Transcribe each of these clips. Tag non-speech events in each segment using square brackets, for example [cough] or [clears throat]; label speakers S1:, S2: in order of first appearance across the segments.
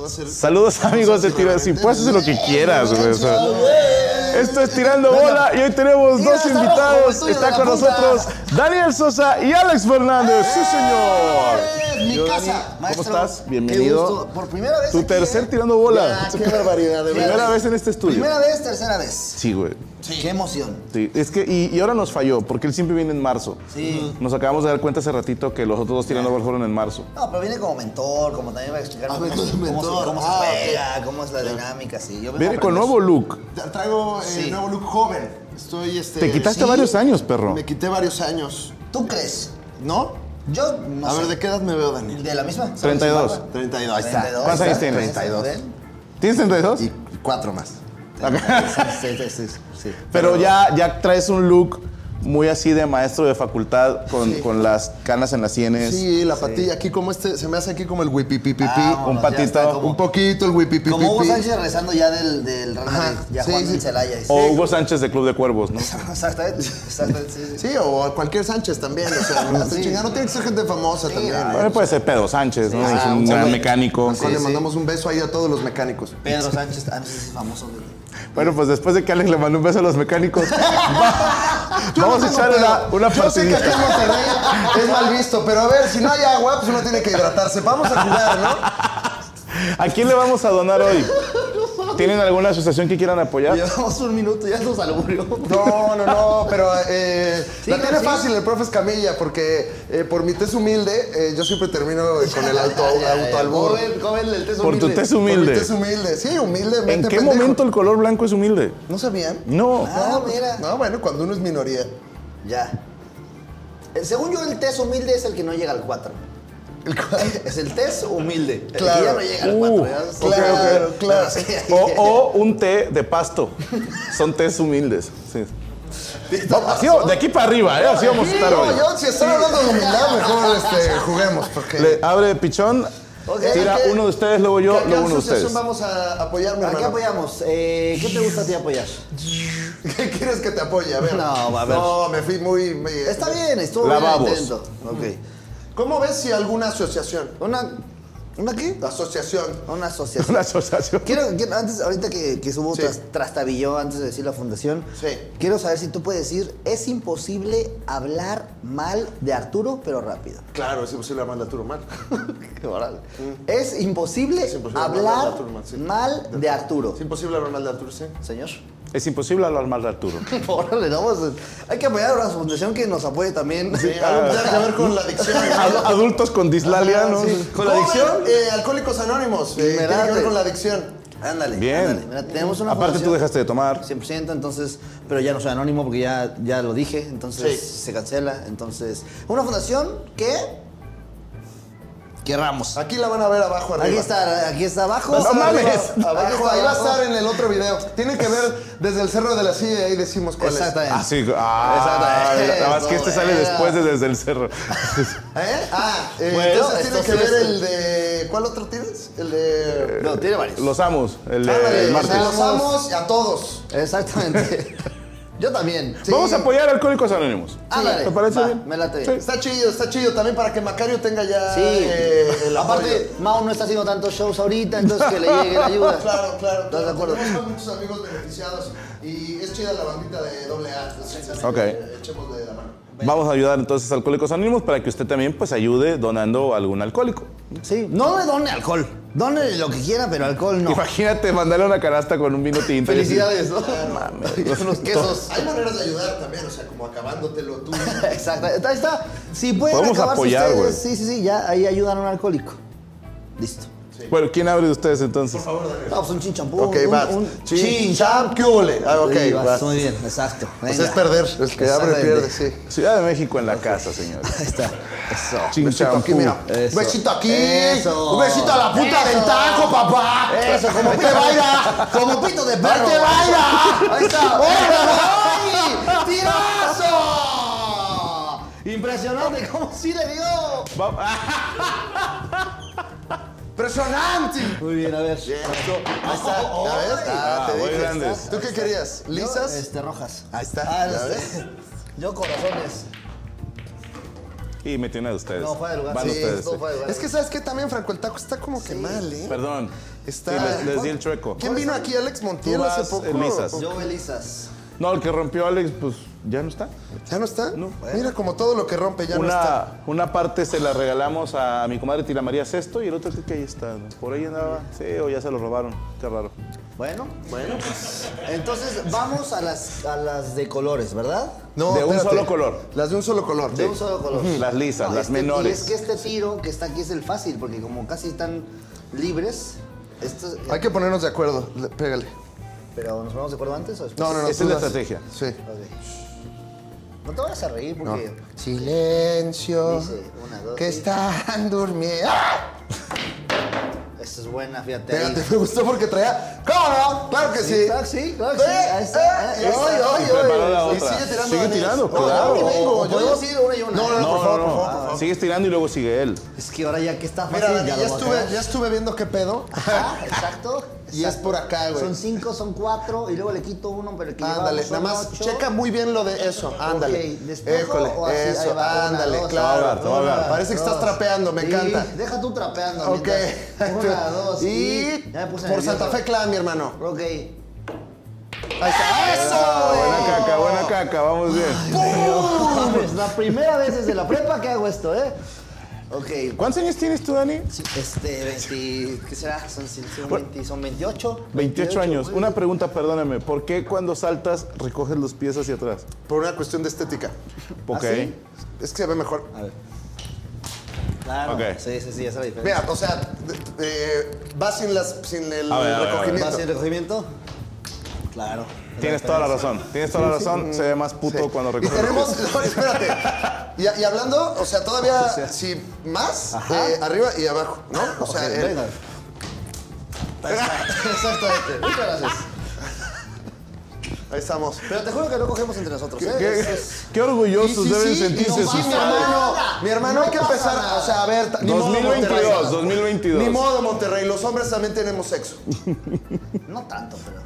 S1: va a ser.
S2: Saludos amigos de Tira. Si puedes hacer lo que quieras, güey. o sea. Esto es Tirando Bola y hoy tenemos
S1: Mira,
S2: dos
S1: está rojo, el
S2: invitados.
S1: tuyo de
S2: Está
S1: la
S2: con
S1: punta.
S2: nosotros Daniel Sosa y Alex Fernández. Sí, señor.
S1: Es Mi
S2: Yo, Dani,
S1: casa,
S2: ¿cómo
S1: maestro.
S2: estás?
S1: qué
S2: Bienvenido.
S1: gusto. Por primera vez.
S2: Tu
S1: aquí,
S2: tercer
S1: ¿eh?
S2: tirando bola.
S1: Ya, qué barbaridad, de
S2: Primera
S1: verdad.
S2: vez en este estudio.
S1: Primera vez, tercera vez.
S2: Sí, güey.
S1: Qué emoción.
S2: Sí, es que, y, y ahora nos falló, porque él siempre viene en marzo.
S1: Sí.
S2: Nos acabamos de dar cuenta hace ratito que los otros dos tirando bola fueron en marzo.
S3: No, pero viene como mentor, como también va a explicar
S1: Ah,
S3: cómo,
S1: mentor,
S3: cómo se-
S1: mentor.
S3: cómo se
S1: Ah,
S3: juega, cómo es la dinámica, sí. Yo vengo
S2: Viene
S3: a
S2: con
S3: aprender.
S2: nuevo look.
S1: Tra- Traigo eh,
S3: Sí.
S1: nuevo look joven. Estoy este.
S2: Te quitaste varios años, perro.
S1: Me quité varios años.
S3: ¿Tú crees?
S1: ¿No?
S3: Yo no
S1: A
S3: sé.
S1: ver, ¿de qué edad me veo, Daniel?
S3: ¿De la misma?
S2: 32.
S1: 32, ahí está.
S3: 32,
S2: ¿Cuántos años
S3: ¿sabes?
S2: tienes?
S3: 32.
S2: ¿Tienes 32?
S1: Y cuatro más.
S3: Sí, sí, sí, sí, sí.
S2: Pero ya, ya traes un look muy así de maestro de facultad con, con las canas en las sienes.
S1: Sí, la patilla aquí como este, se me hace aquí como el wipipipipi.
S3: Vámonos,
S2: un
S3: ya
S2: patito,
S3: está como-
S1: un poquito el wipipipipi.
S3: Como Hugo Sánchez regresando ya del, del Real Madrid,
S1: Ajá,
S3: ya
S1: sí,
S3: jugando
S1: sí.
S3: en Celaya. y-
S2: O Hugo Sánchez de Club de Cuervos, ¿no?
S3: [laughs] Exactamente, exactamente, sí, sí.
S1: Sí, o a cualquier Sánchez también. O sea, no, está chingado, no tiene que ser gente famosa también. ¿no?
S2: Bueno, puede ser Pedro Sánchez, ¿no?
S3: Sí,
S2: es
S3: ah,
S2: un
S3: un
S2: gran
S3: saludo.
S2: mecánico.
S1: Mejor le mandamos un beso ahí a todos los mecánicos.
S3: Pedro Sánchez, ah, no sé si es famoso. güey.
S2: Bueno, pues después de que Alex le mandó un beso a los
S1: [laughs]
S2: mecánicos, va-
S1: Yo
S2: vamos
S1: no
S2: a
S1: tengo
S2: echar
S1: pedo.
S2: una, una
S1: Yo sé que aquí en
S2: partidita.
S1: [laughs] Monterrey es mal visto, pero a ver, si no hay agua, pues uno tiene que hidratarse. Vamos a jugar, ¿no?
S2: ¿A quién le vamos a donar
S1: [laughs]
S2: hoy? ¿Tienen alguna asociación que quieran apoyar?
S3: [laughs] Llevamos un minuto, ya nos alburió.
S1: No, no, [laughs] no, pero eh, la
S3: no,
S1: tiene
S3: sí.
S1: fácil el profe Escamilla, porque eh, por mi test humilde, eh, yo siempre termino con el auto, auto albur.
S3: Joven, joven, el test
S2: Por tu
S3: humilde.
S2: test
S1: Por mi
S2: humilde.
S1: test humilde. Sí, humilde.
S2: ¿En
S1: vente,
S2: qué
S1: pendejo.
S2: momento el color blanco es humilde?
S1: ¿No sabían?
S2: No.
S3: Ah,
S1: pues,
S3: mira.
S1: No, bueno, cuando uno es minoría.
S3: Ya. Eh, Según yo, el test humilde es el que no llega al 4.
S1: El cual-
S3: [laughs] Es el test humilde. El
S1: Claro.
S3: que ya no llega al
S2: Uh,
S3: 4.
S2: ok, ok.
S1: Claro, claro.
S3: [laughs]
S2: O, o un té de
S1: [laughs]
S2: pasto. Son tés humildes. Sí. Así, de aquí para arriba, ¿eh? Así vamos a estar
S1: Ah, no,
S2: hoy.
S1: yo si están hablando de humildad, mejor este, juguemos, porque...
S2: Le abre pichón,
S3: Ok,
S2: tira
S3: ok.
S2: uno de ustedes, luego yo,
S1: ¿A qué
S2: luego uno de
S1: asociación
S2: ustedes.
S1: vamos a apoyarme,
S3: ¿A qué
S1: hermano?
S3: apoyamos? Eh, ¿Qué te gusta a ti apoyar?
S1: ¿Qué quieres que te apoye? A ver.
S3: No, a ver.
S1: No, me fui muy... muy-
S3: Está bien, estuvo
S2: Lavabos.
S3: bien el intento. Ok.
S1: ¿Cómo ves si alguna asociación?
S3: Una. ¿Una qué?
S1: Asociación.
S3: Mm. Una asociación.
S2: [laughs] Una asociación.
S3: Quiero, quiero- antes, ahorita que, que subo
S1: Sí.
S3: tras- trastabilló antes de decir la fundación,
S1: Sí.
S3: quiero saber si tú puedes decir, es imposible hablar mal de Arturo, pero rápido.
S1: Claro, es imposible amar a Arturo Mal.
S3: [laughs] Órale. Es imposible,
S1: Es imposible hablar de
S3: hablar
S1: Arturo, man, sí.
S3: mal de Arturo.
S1: Es imposible hablar mal de Arturo, sí.
S3: Señor. [laughs]
S2: Es imposible hablar mal de Arturo.
S3: Órale, vamos. a- Hay que apoyar a una fundación que nos apoye también. [laughs]
S1: Sí, Eh, algo que tiene que ver con la adicción.
S2: Ad- Adultos con dislalia, ¿no?
S1: Sí.
S2: Con la
S1: Joven,
S2: adicción.
S1: eh, Alcohólicos Anónimos. eh,
S3: Me
S1: tiene que ver
S3: late.
S1: con la adicción.
S3: Ándale.
S2: Bien.
S3: ándale. Mira, tenemos una
S2: Aparte tú
S3: fundación,
S2: dejaste de tomar.
S3: 100%, entonces, pero ya no soy anónimo porque ya, ya lo dije, entonces
S1: Sí.
S3: se cancela. Entonces, una fundación que querramos.
S1: Aquí la van a ver abajo arriba.
S3: Aquí está, aquí está abajo.
S2: No mames.
S3: Aquí
S1: Abajo,
S3: está
S1: ahí va a
S3: abajo.
S1: estar en el otro video. Tiene que ver desde el Cerro de la Silla y ahí decimos cuál es.
S3: Exactamente.
S2: Ah, sí. Ah,
S3: Exacto.
S2: nada más que este sale
S3: Eso,
S2: después de desde el cerro.
S1: ¿Eh? Ah, eh,
S3: Bueno, este.
S1: entonces tiene que
S3: esto sí
S1: ver
S3: es-
S1: el de... ¿Cuál otro tienes? El de...
S3: No, tiene varios.
S2: Los amos, el, de-
S1: Ah, la de-
S2: el martes.
S1: Los amos y a todos. [laughs]
S3: Exactamente. Yo también. Sí.
S2: Vamos a apoyar a Alcohólicos Anónimos.
S3: Ándale.
S2: ¿Te parece
S3: Va,
S2: bien?
S3: Me late.
S2: Sí.
S1: Está chido, está chido. También para que Macario tenga ya...
S3: Sí.
S1: eh, el
S3: Aparte,
S1: apoyo.
S3: Mao no está haciendo tantos shows ahorita, entonces que le llegue la ayuda.
S1: [laughs] Claro, claro.
S3: ¿Estás de
S1: claro.
S3: acuerdo?
S1: Tenemos muchos amigos beneficiados y es chida la bandita de doble A.
S2: Ok.
S1: Echemos de la mano.
S2: Vamos a ayudar entonces a Alcohólicos Anónimos para que usted también pues ayude donando a algún alcohólico.
S3: Sí. No le done alcohol. Done lo que quiera, pero alcohol no.
S2: Imagínate mandarle una canasta con un vino tinto. y así.
S3: Felicidades, ¿no? [laughs] Unos quesos.
S1: Hay maneras de ayudar también, o sea, como acabándotelo tú.
S3: Exacto. Ahí está. Si pueden
S2: Podemos
S3: acabarse
S2: apoyar,
S3: ustedes, Sí, sí, sí. Ya ahí ayudan a un alcohólico. Listo.
S2: Bueno, ¿quién abre de ustedes entonces?
S3: No, pues un chinchampú.
S1: [laughs] Ok,
S3: un,
S1: vas.
S3: un
S1: Chin-
S3: chin-
S1: champ, ¿qué hule? Ah, ok,
S3: Sí, vas,
S1: vas.
S3: Muy bien, exacto.
S1: Pues
S3: Venga.
S1: es perder. El que abre
S3: Exactamente.
S1: pierde, sí.
S2: Ciudad de México en la casa, señores. Eh,
S3: Ahí está. Eso.
S1: Besito aquí, mira.
S3: Eso.
S1: Un besito aquí.
S3: Eso.
S1: Un besito a la puta
S3: Eso.
S1: del taco, papá.
S3: Eso, como
S1: Ahí
S3: pito
S1: te
S3: de-
S1: baila.
S3: Como pito de
S1: ¡Ahí
S3: perro.
S1: te baila!
S3: Ahí está.
S1: ¡Órale!
S3: ¡Tirazo! Impresionante, como sí le dio.
S1: ¡Impresionante!
S3: Muy bien, a ver.
S1: Ahí está. ¿Ya ves? Ah, te
S2: muy
S1: dije.
S2: grandes.
S1: ¿Tú qué querías?
S3: Yo,
S1: ¿Lisas?
S3: este, rojas.
S1: Ahí está.
S3: Ah,
S1: ¿Ya ves?
S3: este, Yo corazones.
S2: Y me tiene de ustedes.
S3: No, fuera de lugar.
S2: Van
S3: Sí,
S2: ustedes.
S3: no, fuera de lugar.
S1: Es que sabes que también, Franco, el taco está como que mal, ¿eh?
S2: Perdón.
S1: Está.
S2: Sí, les- les di el chueco.
S1: ¿Quién vino aquí? Alex Montiel
S2: Tú
S1: hace
S2: vas,
S1: poco.
S2: Elisas.
S3: Yo, Elisas.
S2: No, el que rompió Alex, pues ya no está.
S1: ¿Ya no está?
S2: No.
S1: Mira, como todo lo que rompe ya no está.
S2: Una, una parte se la regalamos a mi comadre Tila María Sexto y el otro creo que ahí está. ¿no? Por ahí andaba. Sí, o ya se lo robaron. Qué raro.
S3: Bueno, bueno. pues, Entonces vamos a las, a las de colores, ¿verdad?
S1: No,
S2: De un solo color.
S1: Las de un solo color.
S3: De un solo color.
S2: Ujú, las lisas, las
S3: este-
S2: menores.
S3: Y es que este tiro que está aquí es el fácil, porque como casi están libres, esto,
S1: Hay que ponernos de acuerdo. Le- Pégale.
S3: pero ¿nos ponemos de acuerdo antes o después?
S1: No, no, no.
S2: Esa
S1: tú
S2: es la
S1: das.
S2: estrategia.
S1: Sí.
S3: Ok. No te vayas a reír
S1: No.
S3: porque...
S1: Silencio.
S3: Dice, una, dos,
S1: que
S3: sí.
S1: están durmiendo. ¡Ah!
S3: Esta es buena, fíjate. ahí.
S1: Espérate, me gustó porque traía. ¿Cómo no? Claro que sí.
S3: Claro que sí, claro que sí.
S1: Eh,
S3: Ahí está,
S1: eh,
S3: ahí está.
S1: oy, oy,
S2: Y preparó
S1: oy.
S2: la
S1: Y
S2: otra.
S1: sigue tirando.
S2: Sigue
S1: Daniel.
S2: tirando,
S1: No,
S2: claro.
S1: yo ni vengo, yo-
S3: Podemos ir una y una.
S1: No, no,
S2: No,
S1: por favor,
S2: no,
S1: por
S2: no.
S1: favor, por favor.
S2: Sigues tirando y luego sigue él.
S3: Es que ahora ya que está fácil,
S1: Mira, Dani,
S3: ya,
S1: ya
S3: lo voy a
S1: estuve,
S3: cagar.
S1: ya estuve viendo qué pedo. [laughs]
S3: Ajá, Ah, exacto.
S1: Y es
S3: exacto.
S1: por acá, güey.
S3: Son cinco, son cuatro, y luego le quito uno, pero el que
S1: Ándale,
S3: llevamos
S1: nada
S3: son
S1: más
S3: ocho.
S1: checa muy bien lo de eso. Ándale.
S3: ¿despejo
S1: Éjole,
S3: o así? Ahí
S1: eso,
S3: va, una,
S1: ándale,
S3: dos,
S1: claro.
S2: te va a hablar.
S1: Parece que estás trapeando, me
S3: Sí,
S1: encanta.
S3: Deja tú trapeando.
S1: Ok. [laughs]
S3: mientras- Una, dos,
S1: y.
S3: ya me puse
S1: por
S3: nervioso.
S1: Santa Fe Clan, mi hermano.
S3: Ok.
S1: Ahí
S3: Eh.
S1: está. ¡Eso!
S2: Buena caca, buena caca, vamos bien.
S1: Oh.
S3: [laughs] Vamos, la primera vez desde la prepa que hago esto, ¿eh? Ok.
S2: ¿Cuántos años tienes tú, Dani?
S3: Sí, Este, 20, ¿qué será? Son, son, son 20, son 28.
S2: 28 años.
S3: güey.
S2: Una pregunta, perdóname. ¿Por qué cuando saltas recoges los pies hacia atrás?
S1: Por una cuestión de estética.
S2: Ok.
S3: sí?
S1: Es que se ve mejor.
S3: Claro.
S2: Ok.
S3: Sí, sí, sí, esa es la diferencia.
S1: Mira, o sea, de- eh, va sin, las, sin el
S2: A ver, a ver, a ver.
S1: recogimiento.
S3: ¿Vas en recogimiento? Claro. es la
S2: Tienes toda la
S3: diferencia.
S2: razón. Tienes toda la razón. Se ve más puto
S1: Sí.
S2: cuando
S1: Y
S2: recoges.
S1: [laughs]
S2: los
S1: tenemos, no, espérate. Y, y hablando, o sea, todavía, si más,
S3: Ajá.
S1: eh, arriba y abajo, ¿no? O sea,
S3: Ok,
S1: el- [laughs]
S3: venga. Ahí está, Exactamente. Muchas gracias.
S1: ahí estamos.
S3: Pero te juro que no cogemos entre nosotros, ¿eh?
S2: pies. Qué,
S3: Es- es-
S2: qué orgullosos
S1: Y sí,
S2: deben
S1: sí,
S2: sentirse
S1: y no
S2: sus
S1: pasa
S2: padres.
S1: nada. Mi hermano, hay
S3: No
S1: que
S3: pasa
S1: empezar.
S3: nada.
S1: O sea, a ver. ni modo,
S2: 2022,
S1: Monterrey.
S2: 2022.
S1: Ni modo, Monterrey. Los hombres también tenemos sexo.
S3: No tanto, pero.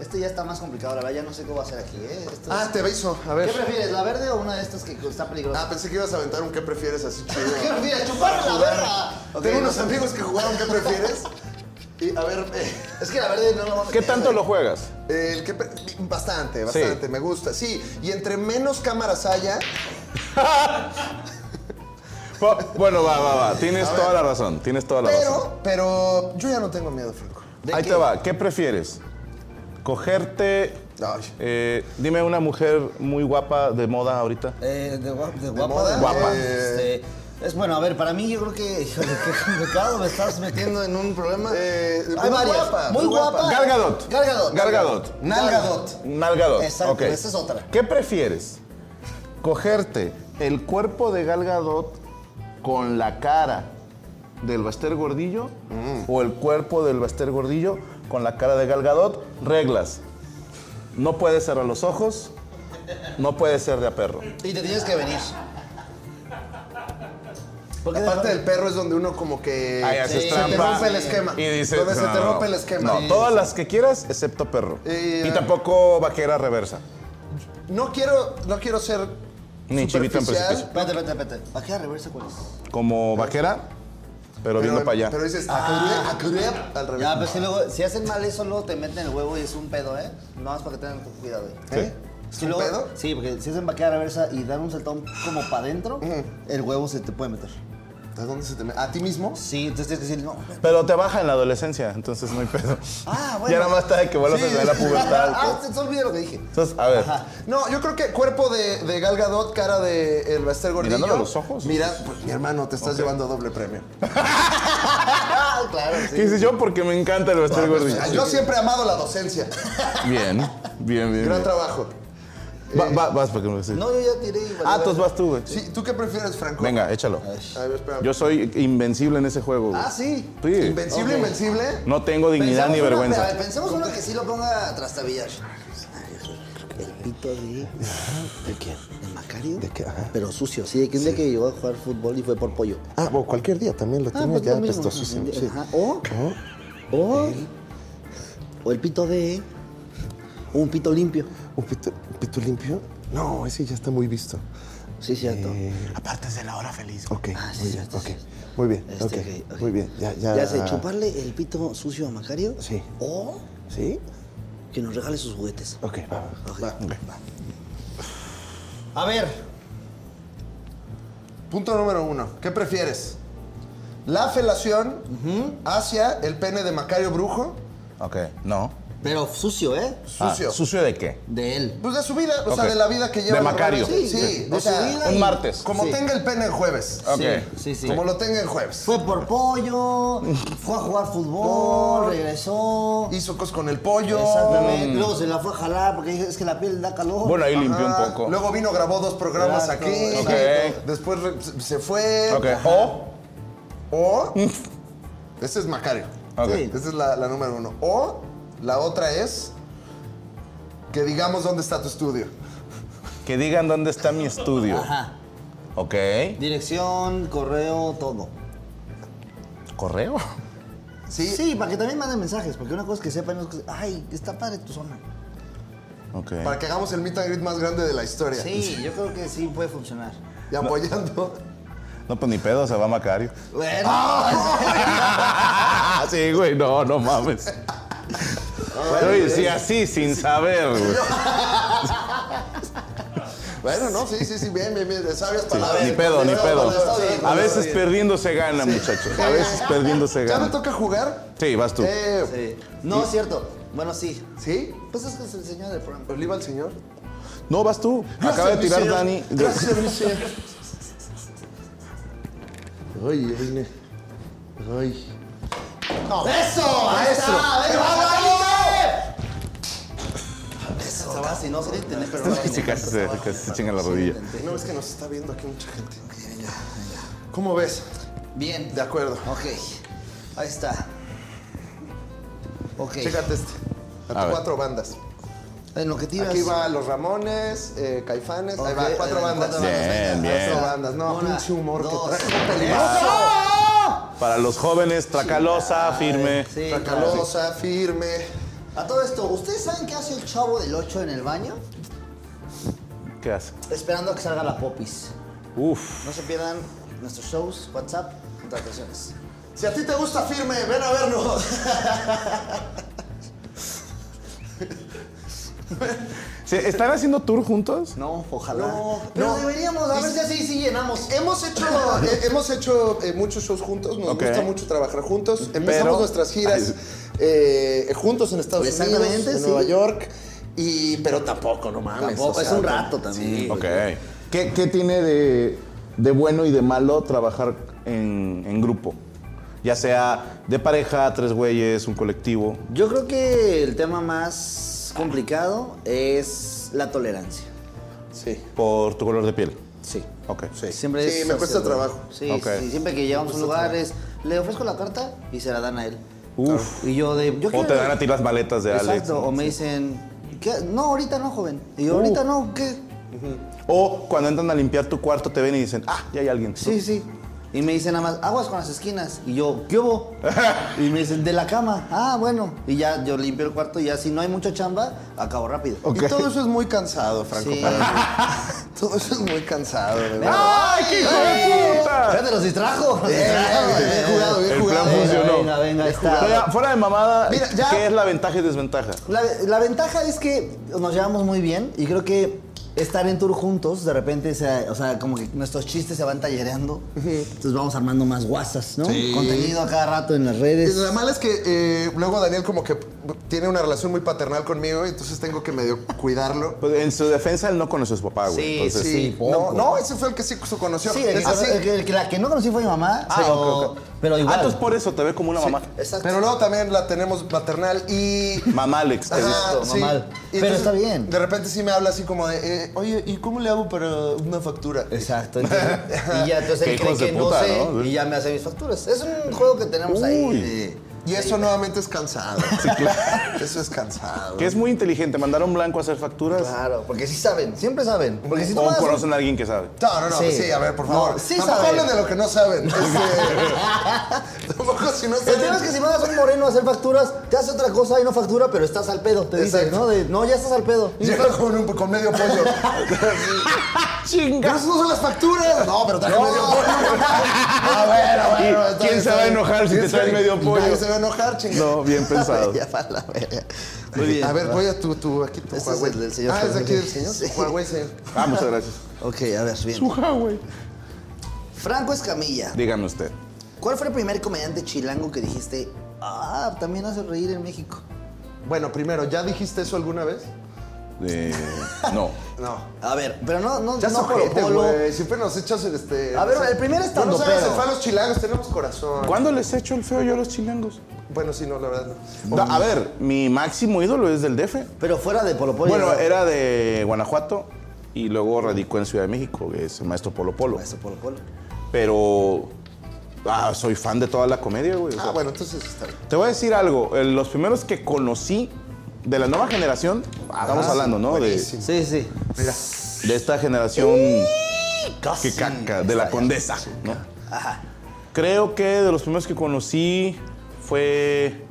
S3: Este ya está más complicado, la verdad, ya no sé cómo va a ser aquí, ¿eh? Esto
S1: Ah, te aviso. A
S3: es- ¿Qué
S1: ver.
S3: prefieres, la verde o una de estas que está peligrosa?
S1: Ah, pensé que ibas a aventar un qué prefieres así chido.
S3: ¿Qué prefieres? ¡Chupar la verga! Ok,
S1: Tengo
S3: no.
S1: unos amigos que jugaron qué prefieres. Y a ver, eh,
S3: Es que la verde no la vamos a
S2: ¿Qué
S3: tener,
S2: tanto
S3: güey.
S2: lo juegas?
S1: el que pre- bastante, bastante, me gusta. Sí, y entre menos cámaras haya,
S2: Bu- Bueno, va, va, va. Tienes
S1: A
S2: toda
S1: ver.
S2: la razón. Tienes toda la razón.
S1: pero, pero yo ya no tengo miedo, Franco.
S3: ¿De
S2: Ahí
S3: qué?
S2: te va. ¿Qué prefieres? Cogerte.
S1: Ay.
S2: eh, dime una mujer muy guapa de moda ahorita.
S3: Eh, de, gua- de guapa.
S1: moda?
S3: de-
S1: Guapa.
S3: este, es bueno, a ver, para mí yo creo que. Híjole, qué complicado, me estás metiendo en un problema.
S1: Eh,
S3: Hay
S1: muy
S3: varias.
S1: guapa,
S3: muy
S1: muy
S3: guapa.
S1: guapa.
S2: Gal Gadot.
S3: Gal Gadot.
S2: Gal Gadot.
S3: Nalgadot.
S2: Nalgadot.
S3: Exacto,
S2: ok.
S3: esa es otra.
S2: ¿Qué prefieres? ¿Cogerte el cuerpo de Galgadot con la cara del Baster Gordillo
S1: Mm.
S2: o el cuerpo del Baster Gordillo con la cara de Galgadot? Reglas. No puede ser a los ojos, no puede ser de a perro.
S3: Y te tienes que venir. Porque
S1: La parte del perro es donde uno como que
S2: Ahí
S1: se
S2: haces
S1: te
S2: trampa.
S1: rompe el esquema.
S2: Y dices,
S1: donde se
S2: no,
S1: te
S2: no,
S1: rompe el esquema.
S2: No,
S1: Sí.
S2: todas las que quieras excepto perro.
S1: Eh,
S2: y
S1: eh.
S2: tampoco vaquera reversa.
S1: No quiero, no quiero ser
S2: Ni chivito en
S1: superficial,
S2: precipicio.
S3: Espérate, espérate, espérate. ¿Para qué reversa cuál es?
S2: Como vaquera, pero, viendo para allá.
S1: Pero dices,
S3: Ah.
S1: "Ah, crudep, ah, crudep", al revés.
S3: Ya, pues si luego, si hacen mal eso, luego te meten el huevo y es un pedo, ¿eh? Nada más para que tengan cuidado, ¿eh?
S2: Sí.
S1: ¿Es
S3: Si
S1: un
S3: luego-
S1: pedo?
S3: Sí, porque si hacen vaquera reversa y dan un saltón como para adentro, el huevo se te puede meter.
S1: ¿A dónde se te me- ¿A ti mismo?
S3: Sí, entonces tienes que decir, no,
S2: Pero te baja en la adolescencia, entonces no hay pedo.
S3: Ah, bueno.
S2: Ya nada más está de que vuelvas a tener la pubertad.
S3: ah, se, se olvidó lo que dije.
S2: Entonces, a ver.
S1: No, yo creo que cuerpo de, de Gal Gadot, cara de el Bester Gordillo.
S2: Mirándole a los ojos.
S1: Mira, pues, mi hermano, te estás llevando
S2: [laughs]
S1: doble premio.
S3: Ah, claro,
S2: ¿Qué hice yo? Porque me encanta el vestir gordillo.
S1: Ah, Yo siempre he amado la docencia.
S2: Bien, bien, bien.
S1: Gran
S2: bien.
S1: trabajo.
S2: Va- va- vas porque me
S3: No, yo ya tiré igual.
S2: Ah, entonces vas tú, güey.
S1: Sí, ¿tú qué prefieres, Franco?
S2: Venga, échalo.
S1: A ver, espera.
S2: Yo soy invencible en ese juego, güey.
S3: Ah, sí.
S2: Sí.
S1: Invencible,
S3: Ok.
S1: invencible.
S2: No tengo dignidad
S3: Pensemos
S2: ni
S3: una-
S2: vergüenza.
S3: a ver, pensemos uno que sí lo ponga a trastabillar. El pito de. ¿De quién? ¿De Macario? ¿De qué? Pero sucio, sí, de quién de que llegó a jugar fútbol y fue por pollo.
S1: Ah, o cualquier día también lo
S3: pues lo mismo. Ajá, ¿Eh? O. O. O el pito de. Un pito limpio.
S1: ¿Un pito, limpio? No, ese ya está muy visto. Eh,
S3: Sí, cierto.
S4: Aparte es de la hora feliz. güey.
S1: Ok,
S3: Ah, sí,
S1: muy bien,
S3: cierto,
S1: ok.
S3: sí.
S1: Muy bien,
S3: Este,
S1: ok,
S3: ok, ok.
S1: Muy bien, ya, ya. ah.
S3: Ya sé, chuparle el pito sucio a Macario.
S1: Sí.
S3: O
S1: ¿Sí?
S3: que nos regale sus juguetes.
S1: Ok, va, va.
S3: Ok.
S1: A ver. Punto número uno. ¿Qué prefieres? La felación hacia el pene de Macario Brujo,
S2: Ok, no.
S3: Pero sucio, ¿eh?
S2: Ah,
S1: sucio.
S2: ¿Sucio de qué?
S3: De él.
S1: pues de su vida, o sea,
S2: Ok.
S1: de la vida que
S2: De
S1: lleva.
S2: Macario. Pues,
S1: Sí,
S3: Sí,
S1: sí.
S3: de
S1: o
S3: su
S1: sea,
S3: vida
S2: Un martes.
S1: Como
S3: Sí.
S1: tenga el pene el jueves.
S2: Ok.
S3: Sí, sí, sí.
S1: Como lo tenga el jueves.
S3: Fue por pollo, fue a jugar fútbol, regresó.
S1: Hizo cosas con el pollo.
S3: Exactamente. Luego se la fue a jalar porque dijo, es que la piel da calor.
S2: Bueno, Mm, ahí
S1: Ajá.
S2: limpió un poco.
S1: Luego vino, grabó dos programas
S3: Exacto,
S1: aquí.
S2: exacto.
S1: Después re- se- se fue.
S2: Ok, o.
S1: O. Ese es Macario.
S2: Ok.
S3: Sí.
S1: Esa es la, la número uno. O la otra es que digamos dónde está tu estudio.
S2: Que digan dónde está mi estudio.
S3: Ajá.
S2: Ok.
S3: Dirección, correo, todo.
S2: ¿Correo?
S1: Sí.
S3: Sí, para que también manden mensajes, porque una cosa es que sepan, es que- ay, está padre tu zona.
S2: Ok.
S1: Para que hagamos el meet and greet más grande de la historia.
S3: Sí, yo creo que sí puede funcionar.
S1: Y apoyando. Ah.
S2: No, pues ni pedo, se va Macario.
S3: Bueno,
S2: [laughs] sí, güey, no, no mames. Oye, sí, así, sin saber, güey.
S1: Bueno, no, sí, sí, sí, bien, bien, bien. de Sabias
S2: Sí,
S1: palabras.
S2: ni pedo, ni pedo.
S1: Está
S2: A
S1: bien,
S2: veces
S1: está bien.
S2: perdiendo se gana, muchachos. A veces perdiendo se
S1: ¿Ya me
S2: gana.
S1: toca jugar?
S2: Sí, vas tú.
S1: Eh,
S3: sí. no es cierto. Bueno, sí.
S1: ¿Sí?
S3: Pues es que es el señor del programa.
S1: ¿Oliva al señor?
S2: No, vas tú. Acaba de
S1: Gracias, mi
S2: tirar
S1: señor.
S2: Dani. de-
S1: Gracias, mi señor. Ay, ay, ne- ay.
S3: ¡Eso! ¡Ahí
S1: ¡Eso!
S3: está!
S1: ¡Te va,
S3: ¡Venga, Eso, se va, si no, se lo intenté, pero no.
S2: Sí, casi se, casi se chinga la rodilla.
S1: No, es que nos está viendo aquí mucha gente. ¿Cómo ves?
S3: Bien.
S1: De acuerdo.
S3: Ok. Ahí está. Ok.
S1: Chécate este. A,
S2: A
S1: tus
S2: ver.
S1: cuatro bandas.
S3: En lo que tiras.
S1: Aquí va Los Ramones, eh, Caifanes. ahí
S3: Ok,
S1: va, cuatro
S3: ahí van
S1: bandas.
S3: cuatro bandas,
S2: Bien,
S3: venga.
S2: bien.
S1: Cuatro bandas. No,
S3: Una,
S1: pinche humor
S3: dos,
S1: que trajo.
S3: tres.
S1: Peligroso.
S2: Para los jóvenes, tracalosa, firme.
S3: Sí, claro.
S1: Tracalosa, firme.
S3: A todo esto, ¿ustedes saben qué hace el chavo del 8 en el baño?
S2: ¿Qué hace?
S3: Esperando a que salga la popis.
S2: Uf.
S3: No se pierdan nuestros shows, WhatsApp, contrataciones.
S1: Si a ti te gusta firme, ven a vernos.
S2: ¿Se- ¿Están haciendo tour juntos?
S3: No, ojalá.
S1: No,
S3: pero
S1: no.
S3: deberíamos, a ver si así sí llenamos.
S1: Hemos hecho, eh, hemos hecho eh, muchos shows juntos, nos
S2: Ok.
S1: gusta mucho trabajar juntos. Empezamos
S2: Pero-
S1: nuestras giras eh, juntos en Estados Unidos,
S3: Exactamente,
S1: en
S3: sí.
S1: Nueva York, y, pero tampoco, no mames.
S3: Tampoco,
S1: o sea,
S3: es un rato también.
S1: sí.
S2: Ok. ¿Qué, qué tiene de, de bueno y de malo trabajar en, en grupo? Ya sea de pareja, tres güeyes, un colectivo.
S3: [laughs] Yo creo que el tema más complicado es la tolerancia.
S1: Sí.
S2: Por tu color de piel.
S3: Sí.
S2: Ok.
S3: Siempre
S1: Sí,
S3: es
S1: me cuesta
S3: hacerlo.
S1: trabajo.
S3: Sí,
S2: Ok.
S3: sí, siempre que llegamos a un lugar es, le ofrezco la carta y se la dan a él.
S2: Uf.
S3: Y yo de, yo
S2: O
S3: quiero-
S2: te dan a ti las maletas de
S3: Exacto,
S2: Alex.
S3: o me dicen, "¿Qué? no, ahorita no, joven. Y yo, ahorita no, ¿qué?
S2: O cuando entran a limpiar tu cuarto te ven y dicen, ah, ya hay alguien.
S3: Sí, sí. Y me dicen nada más, aguas con las esquinas. Y yo,
S2: [laughs]
S3: ¿qué hubo? y me dicen, de la cama. Ah, bueno. Y ya yo limpio el cuarto y ya si no hay mucha chamba, acabo rápido.
S1: Y todo eso es muy cansado, Franco.
S3: Sí. [laughs]
S1: para mí. todo eso es muy cansado, de verdad.
S2: ¡Ay, qué hijo de puta!
S3: Espérate, los distrajo.
S2: [laughs]
S3: los
S1: Bien,
S3: distrajo,
S1: bien,
S3: eh.
S1: bien jugado, bien
S2: El
S1: jugado.
S2: plan
S3: Venga,
S2: funcionó.
S3: venga, venga, ahí está.
S2: Fuera, fuera de mamada,
S1: Mira, ya-
S2: ¿qué es la ventaja y desventaja?
S3: La, la ventaja es que nos llevamos muy bien y creo que estar en tour juntos, de repente, se- o sea, como que nuestros chistes se van tallereando. Entonces vamos armando más guasas, ¿no?
S1: Sí.
S3: Contenido a cada rato en las
S1: Y
S3: redes.
S1: Lo malo es que eh, luego Daniel como que tiene una relación muy paternal conmigo, entonces tengo que medio cuidarlo.
S2: Pues, en su defensa, él no conoce a su papá, güey.
S3: Sí,
S2: Entonces,
S3: sí,
S1: no,
S3: poco.
S1: no, ese fue el que sí se conoció.
S3: Sí, el que-
S1: Es así.
S3: el que- el que- la que no conocí fue mi mamá,
S2: Ah,
S3: pero,
S2: ok, ok.
S3: pero igual.
S2: Ah, entonces por eso te ve como una mamá.
S3: Exacto.
S1: Pero luego también la tenemos paternal
S3: [laughs]
S1: y...
S2: Mamá Alex, te dice.
S1: Ajá,
S3: Exacto, mamal. Pero está bien.
S1: De repente sí me habla así como de, eh, oye, ¿y cómo le hago para una factura?
S3: Exacto, entonces, y ya entonces él
S2: Qué
S3: cree
S2: hijos de
S3: que no
S2: puta,
S3: sé
S2: ¿no?
S3: y ya me hace mis facturas. Es un juego que tenemos
S2: Uy.
S3: ahí. de-
S1: Y eso nuevamente es cansado. Sí, claro. [laughs] Eso es cansado.
S2: Que es muy inteligente, mandar a un blanco a hacer facturas.
S3: Claro, porque sí saben, siempre saben. Porque si tú
S2: o
S3: mandas un-
S2: conocen a alguien que sabe.
S1: No, no, no, sí,
S3: Sí.
S1: a ver, por
S3: No,
S1: favor.
S3: sí
S1: Tampoco
S3: saben.
S1: hablen de lo que no saben. Este, [laughs] tampoco tampoco si no
S3: El tema es que si mandas a un moreno a hacer facturas, te hace otra cosa y no factura, pero estás al pedo. Te dice,
S1: Exacto.
S3: ¿no? De, no, ya estás al pedo.
S1: Llega con, un- con medio pollo. ¡Chinga! ¡Esas no son las facturas! No, pero traje medio pollo. A ver, a
S2: ¿Y
S1: ver.
S2: quién
S1: está bien,
S2: se
S1: está
S2: va a
S1: bien.
S2: enojar si
S1: ¿Quién
S2: te
S1: se-
S2: traen medio pollo?
S1: Nadie se va a enojar, chinga.
S2: No, [laughs] bien pensado.
S3: [laughs] Ya va la verga.
S1: A ver, voy a tu, tu, aquí tu
S3: Ese es
S1: Huawei.
S3: el del señor
S1: ah, es de aquí del
S3: Fernández.
S1: señor.
S3: Sí.
S1: Huawei, señor.
S2: Ah, muchas gracias.
S3: Ok, a ver, bien.
S2: Uja, güey.
S3: Franco Escamilla,
S2: Dígame usted.
S3: ¿cuál fue el primer comediante chilango que dijiste, ah, también hace reír en México?
S1: Bueno, primero, ¿ya dijiste eso alguna vez?
S2: Eh, no.
S1: No.
S3: A ver, pero no, no,
S1: Ya
S3: no
S1: no,
S3: Polo Polo.
S1: güey. Siempre nos echas este.
S3: A ver,
S1: no sé.
S3: el primer
S1: No nos hagas
S3: estandopero.
S1: el fan los chilangos, tenemos corazón.
S2: ¿Cuándo les he hecho el feo yo a los chilangos?
S1: Bueno, sí, no, la verdad no.
S2: No, a ver, mi máximo ídolo es del DF.
S3: Pero fuera de Polo Polo.
S2: Bueno,
S3: ¿no?
S2: era de Guanajuato y luego radicó en Ciudad de México, que es el maestro Polo Polo.
S3: Maestro Polo Polo.
S2: Pero ah, soy fan de toda la comedia, güey. o sea,
S1: Ah, bueno, entonces está bien.
S2: Te voy a decir algo. eh, Los primeros que conocí de la nueva generación, estamos
S1: Ah,
S2: hablando, ¿no? De,
S1: buenísimo.
S3: Sí, sí.
S1: Mira.
S2: de esta generación que caca, de la condesa, ¿no? Creo que de los primeros que conocí fue.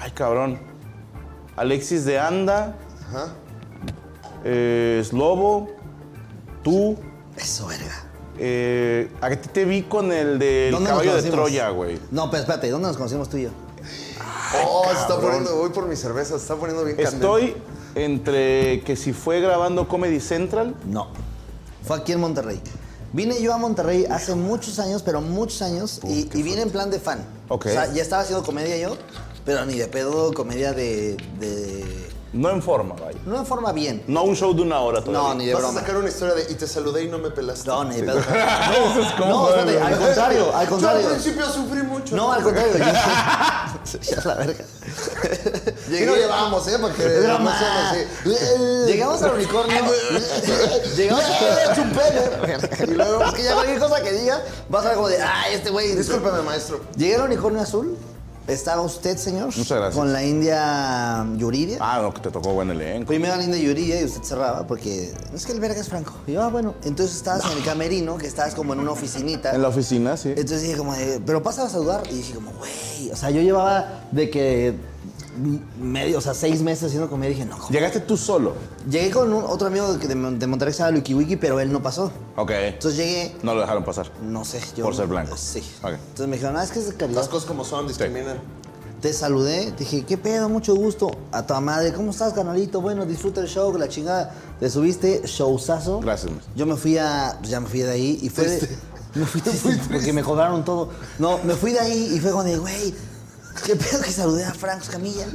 S2: Ay, cabrón. Alexis de Anda,
S1: Ajá.
S2: eh, Slobo, tú.
S3: Eso, verga.
S2: eh, a ti te vi con el del
S3: ¿Dónde nos
S2: caballo de
S3: conocimos?
S2: Troya, güey.
S3: No, pero espérate, ¿dónde nos conocimos tú y yo?
S1: oh, se está poniendo, voy por mi cerveza, se está poniendo bien candente.
S2: Estoy entre que si fue grabando Comedy Central
S3: No. Fue aquí en Monterrey. Vine yo a Monterrey hace muchos años, pero muchos años, y, y vine en plan de fan.
S2: Ok.
S3: O sea, ya estaba haciendo comedia yo, pero ni de pedo comedia de. de...
S2: No en forma, vaya.
S3: No de forma bien.
S2: No un show de una hora
S3: No,
S2: todavía. [laughs]
S3: ni de
S1: Vas a
S3: broma.
S1: sacar una historia de y te saludé y no me pelaste.
S3: No, ni de pedo. No, no, espérate, al
S1: [laughs]
S3: contrario, al
S1: Yo
S3: contrario.
S1: al principio sufrí mucho.
S3: No, al contrario. yo- [laughs] Ya la verga.
S1: Llegué y no llevamos, ¿eh? Porque
S3: Es broma.
S1: no sean así.
S3: Llegamos al unicornio. Llegamos a un pelo. Y luego, es que ya cualquier cosa que diga, va a ser como de, ay, este güey.
S1: Discúlpame, maestro.
S3: Llegué al unicornio azul. Estaba usted, señor.
S2: Muchas gracias.
S3: Con la India Yuridia.
S2: Ah, no, que te tocó buen elenco.
S3: Primero la India Yuridia y usted cerraba porque es que el verga es franco. Y yo, ah, bueno. Entonces estabas en el camerino, que estabas como en una oficinita.
S2: En la oficina, sí.
S3: Entonces dije como, de, pero pasa a saludar. Y dije como, güey, o sea, yo llevaba de que m- medio, o sea, seis meses haciendo comedia. Dije, no, ¿cómo?
S2: Llegaste tú solo.
S3: Llegué con un- otro amigo de, que de Mon- de Monterrey que se llama Luiki Wiki, pero él no pasó.
S2: Ok.
S3: Entonces llegué,
S2: No lo dejaron pasar.
S3: no sé, yo...
S2: Por ser blanco.
S3: Sí.
S2: Ok.
S3: Entonces me dijeron, ah, es que es de calidad.
S1: Las cosas como son, discriminan.
S3: Te saludé, te dije, qué pedo, mucho gusto. A tu madre, ¿cómo estás, canalito? Bueno, disfruta el show, que la chingada. Te subiste, showzazo.
S2: Gracias, maestro.
S3: Yo me fui a. pues ya me fui de ahí y fue. de- [laughs]
S2: [laughs]
S3: me fui triste, porque me cobraron todo. No, me fui de ahí y fue como de, güey, qué pedo que saludé a Frank Camilla.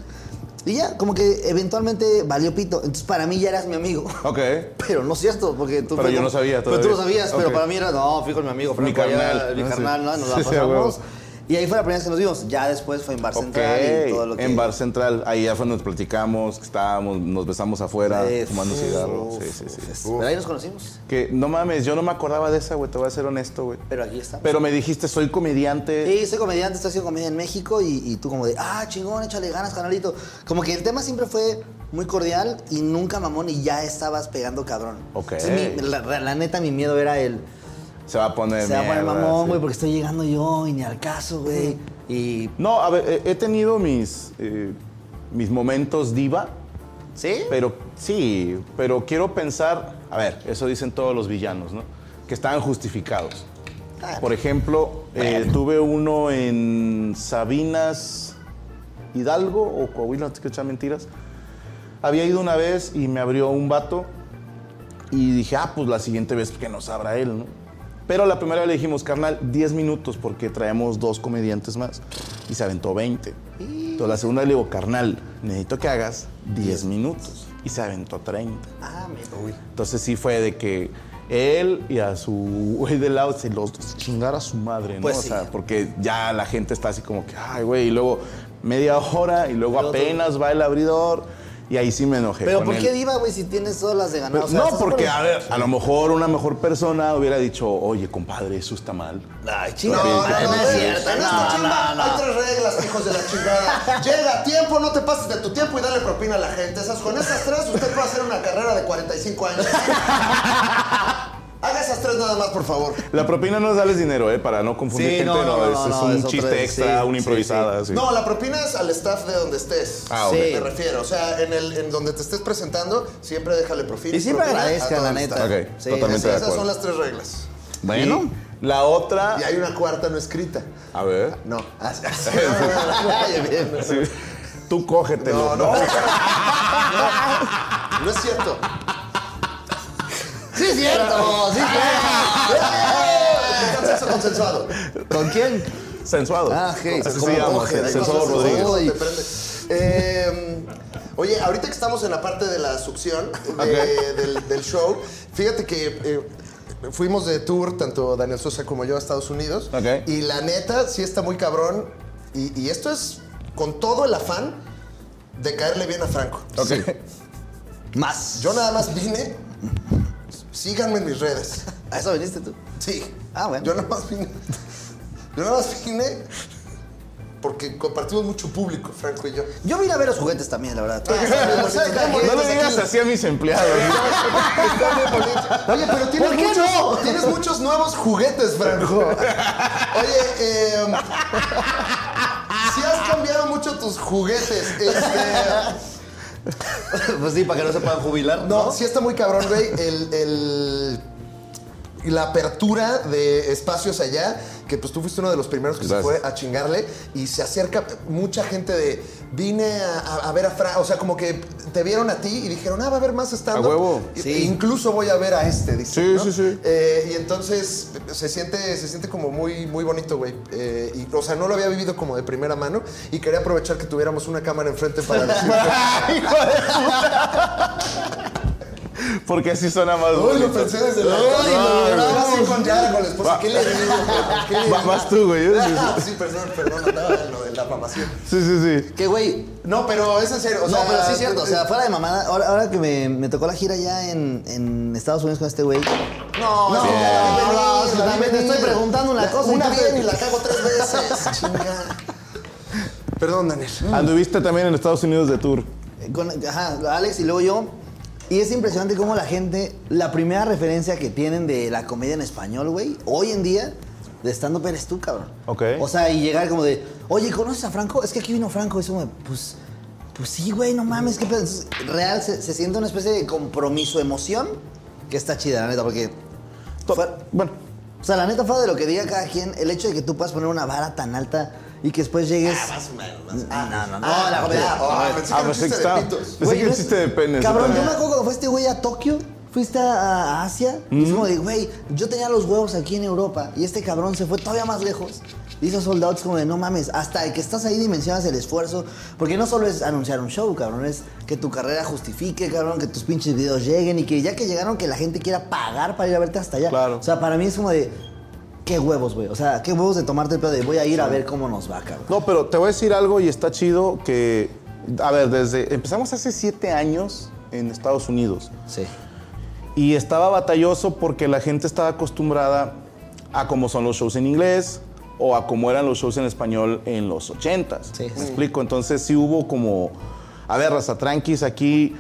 S3: Y ya, como que eventualmente valió pito. Entonces, para mí ya eras mi amigo. [laughs]
S2: Ok.
S3: Pero no es cierto, porque tú.
S2: Pero
S3: fue
S2: yo
S3: como-
S2: no sabía
S3: Pero tú
S2: todavía.
S3: lo sabías, pero
S2: Ok.
S3: para mí era, no, fui con mi amigo Franco.
S2: Mi
S3: allá,
S2: carnal,
S3: mi
S2: ¿no?
S3: carnal, ¿no?
S2: Sí.
S3: Nos la
S2: Sí, sí, a
S3: pasamos.
S2: huevo.
S3: Y ahí fue la primera vez que nos vimos. Ya después fue en Bar Central y todo lo
S2: Ok.
S3: que.
S2: En Bar Central. Ahí ya fue donde platicamos, que estábamos, nos besamos afuera,
S3: Eh,
S2: fumando
S3: uf,
S2: cigarro.
S3: uf,
S2: Sí, sí, sí.
S3: Pero ahí nos conocimos.
S2: Que no mames, yo no me acordaba de esa, güey. Te voy a ser honesto, güey.
S3: Pero aquí estamos.
S2: Pero me dijiste, soy comediante.
S3: Sí, soy comediante, estoy haciendo comedia en México y, y tú como de, ah, chingón, échale ganas, canalito. Como que el tema siempre fue muy cordial y nunca mamón y ya estabas pegando cabrón.
S2: Ok.
S3: Entonces, mi- la, la neta, mi miedo era el,
S2: Se va a poner.
S3: se va a poner
S2: mierda,
S3: mamón,
S2: sí.
S3: güey, porque estoy llegando yo y ni al caso, güey. Y...
S2: No, a ver, eh, he tenido mis, eh, mis momentos diva.
S3: ¿Sí?
S2: Pero sí, pero quiero pensar, a ver, eso dicen todos los villanos, ¿no? Que estaban justificados.
S3: Ah,
S2: Por ejemplo, eh, tuve uno en Sabinas Hidalgo o Coahuila, no te quiero echar mentiras. Había ido una vez y me abrió un vato y dije, ah, pues la siguiente vez que nos abra él, ¿no? Pero la primera vez le dijimos, carnal, 10 minutos porque traemos dos comediantes más y se aventó 20. Entonces la segunda le digo, carnal, necesito que hagas 10 minutos y se aventó 30.
S3: Ah, me-
S2: Entonces sí fue de que él y a su güey de lado se los dos chingar a su madre, ¿no?
S3: Pues
S2: o
S3: sí.
S2: sea, porque ya la gente está así como que, ay, güey, y luego media hora y luego
S3: Pero otro-
S2: apenas va el abridor y ahí sí me enojé.
S3: Pero
S2: con
S3: ¿por
S2: él.
S3: qué diva, güey, si tienes todas las de ganar?
S2: Pero-
S3: O sea,
S2: no,
S3: estás
S2: porque
S3: por-
S2: a ver, a lo mejor una mejor persona hubiera dicho, oye, compadre, eso está mal.
S3: Ay, chinga.
S2: No,
S3: No, no,
S2: no,
S3: es cierto.
S1: En
S3: No,
S1: esta chamba
S3: no, no.
S1: hay tres reglas, hijos de la
S3: [laughs]
S1: chingada. Llega a tiempo, no te pases de tu tiempo y dale propina a la
S3: [laughs]
S1: gente. Esas, con esas tres usted puede hacer una carrera de 45 años. Haga esas tres nada más, por favor.
S2: La propina no es darles dinero, ¿eh? Para no confundir
S3: Sí,
S2: gente,
S3: no,
S2: no,
S3: no, no,
S2: es,
S3: no,
S2: es
S3: no,
S2: un
S3: es otra
S2: chiste
S3: vez,
S2: extra,
S3: sí,
S2: una
S3: sí,
S2: improvisada. sí.
S1: No, la propina es al staff de donde estés.
S2: Ah,
S1: Ah,
S2: ok.
S1: Me refiero. O sea, en, el, en donde te estés presentando, siempre déjale profil.
S3: Y siempre
S1: propina a
S3: agradezcan,
S1: todo
S3: la
S1: el
S3: neta.
S1: staff.
S2: Ok,
S3: Sí,
S2: totalmente. de
S1: Esas
S2: acuerdo.
S1: son las tres reglas.
S2: Bueno, la otra.
S1: Y hay una cuarta no escrita.
S2: A ver.
S3: [laughs]
S1: No. [laughs] Así- así- Ay, bien.
S2: Sí. Tú cógetelo.
S1: No, no. No, no es cierto.
S3: Sí, es cierto, sí, es cierto.
S1: ¡Eh! Consenso Ah, consensuado.
S3: ¿Con quién?
S2: Sensuado.
S3: Ah, ok.
S2: Así
S3: ¿Cómo
S2: se llama.
S3: coge?
S2: sen-
S1: Hay
S2: Sensuado
S1: cosas que
S2: Rodríguez.
S1: luego
S3: Rodríguez.
S1: te prende. Eh, oye, ahorita que estamos en la parte de la succión de- del, del show, fíjate que eh, fuimos de tour, tanto Daniel Sosa como yo, a Estados Unidos.
S2: Ok.
S1: Y la neta, sí está muy cabrón. Y, y esto es con todo el afán de caerle bien a Franco.
S2: Ok.
S3: Más.
S1: Yo nada más vine, síganme en mis redes.
S3: ¿A eso viniste tú?
S1: Sí.
S3: Ah, bueno.
S1: Yo nada más vine. Yo nada más vine porque compartimos mucho público, Franco y yo.
S3: Yo vine a ver los juguetes también, la verdad.
S1: Ah, sí,
S2: No
S1: Entonces,
S2: le digas
S1: aquí-
S2: así a mis empleados.
S1: Está bien bonito. Oye, pero tienes
S3: ¿Por qué
S1: muchos,
S3: no?
S1: tienes muchos nuevos juguetes, Franco. Oye, eh, si has cambiado mucho tus juguetes, este,
S3: pues sí, para que no se puedan jubilar.
S1: no, sí está muy cabrón, güey, el, el- la apertura de espacios allá, que pues tú fuiste uno de los primeros que se
S2: Gracias.
S1: fue a chingarle y se acerca mucha gente de, vine a, a- a ver a Franco, o sea, como que te vieron a ti y dijeron, ah, va a haber más stand
S2: A huevo.
S3: Sí.
S1: incluso voy a ver a este, dice.
S2: Sí, sí, sí.
S1: Eh, y entonces se siente, se siente como muy, muy bonito, güey. Eh, y, o sea, no lo había vivido como de primera mano y quería aprovechar que tuviéramos una cámara enfrente
S2: [laughs]
S1: para decir.
S2: Hijo de puta. Porque así suena más
S1: Uy, lo
S2: bonito.
S1: pensé desde la.
S2: Ay,
S1: Ay,
S2: no,
S1: no,
S2: no.
S1: así con yárgoles, pues,
S2: Va.
S1: ¿qué le digo? ¿Qué le
S2: Va-
S1: digo?
S2: vas tú, güey.
S1: Ah, sí, perdón, perdón, andaba en lo de la mamación.
S2: Sí, sí, sí.
S3: Que, güey,
S1: No, pero es en serio. O sea,
S3: no, pero sí es cierto. O sea, fuera de mamada, ahora, ahora que me, me tocó la gira ya en, en Estados Unidos con este güey.
S1: No,
S3: No,
S1: sí,
S3: no,
S1: la vi venir,
S3: no, se
S1: la
S3: la
S1: vi
S3: vi- te
S1: venir.
S3: estoy preguntando una
S1: La-
S3: cosa y
S1: Una
S3: tú te-
S1: bien y la cago tres veces.
S3: [laughs]
S1: Chinga. Perdón, Daniel.
S2: Anduviste también en Estados Unidos de tour.
S3: eh, Con, ajá, Alex y luego yo. Y es impresionante cómo la gente, la primera referencia que tienen de la comedia en español, güey, hoy en día, de stand-up eres tú, cabrón.
S2: Ok.
S3: O sea, y llegar como de, oye, ¿conoces a Franco? Es que aquí vino Franco. Y es como, de, pues, pues sí, güey, no mames, qué pedo. Entonces, real, se, se siente una especie de compromiso, emoción, que está chida, la neta, porque. fuera-
S2: Bueno,
S3: o sea, la neta, fuera de lo que diga cada quien, el hecho de que tú puedas poner una vara tan alta y que después llegues. Ah, no, no, no.
S1: Ah,
S3: la comedia.
S1: ya, ah, pensé que
S2: ah,
S1: era
S2: pensé
S1: un
S2: que
S1: chiste de
S2: estaba-
S1: pitos.
S2: Pensé que
S3: no
S2: hiciste de penes,
S3: Cabrón,
S2: neta.
S3: yo me acuerdo cuando fue este güey a Tokio, fuiste a, a Asia, y es como de, güey, yo tenía los huevos aquí en Europa, y este cabrón se fue todavía más lejos. Hizo soldados como de, no mames, hasta que estás ahí dimensionas el esfuerzo, porque no solo es anunciar un show, cabrón, es que tu carrera justifique, cabrón, que tus pinches videos lleguen, y que ya que llegaron, que la gente quiera pagar para ir a verte hasta allá.
S2: Claro.
S3: O sea, para mí es como de, qué huevos, güey, o sea, qué huevos de tomarte el pedo de, voy a ir a ver cómo nos va, cabrón.
S2: No, pero te voy a decir algo y está chido que. A ver, desde. Empezamos hace siete años en Estados Unidos.
S3: Sí.
S2: Y estaba batalloso porque la gente estaba acostumbrada a cómo son los shows en inglés o a cómo eran los shows en español en los 80s.
S3: Sí,
S2: ¿Me
S3: sí.
S2: explico? Entonces sí hubo como, a ver, raza, tranquis, aquí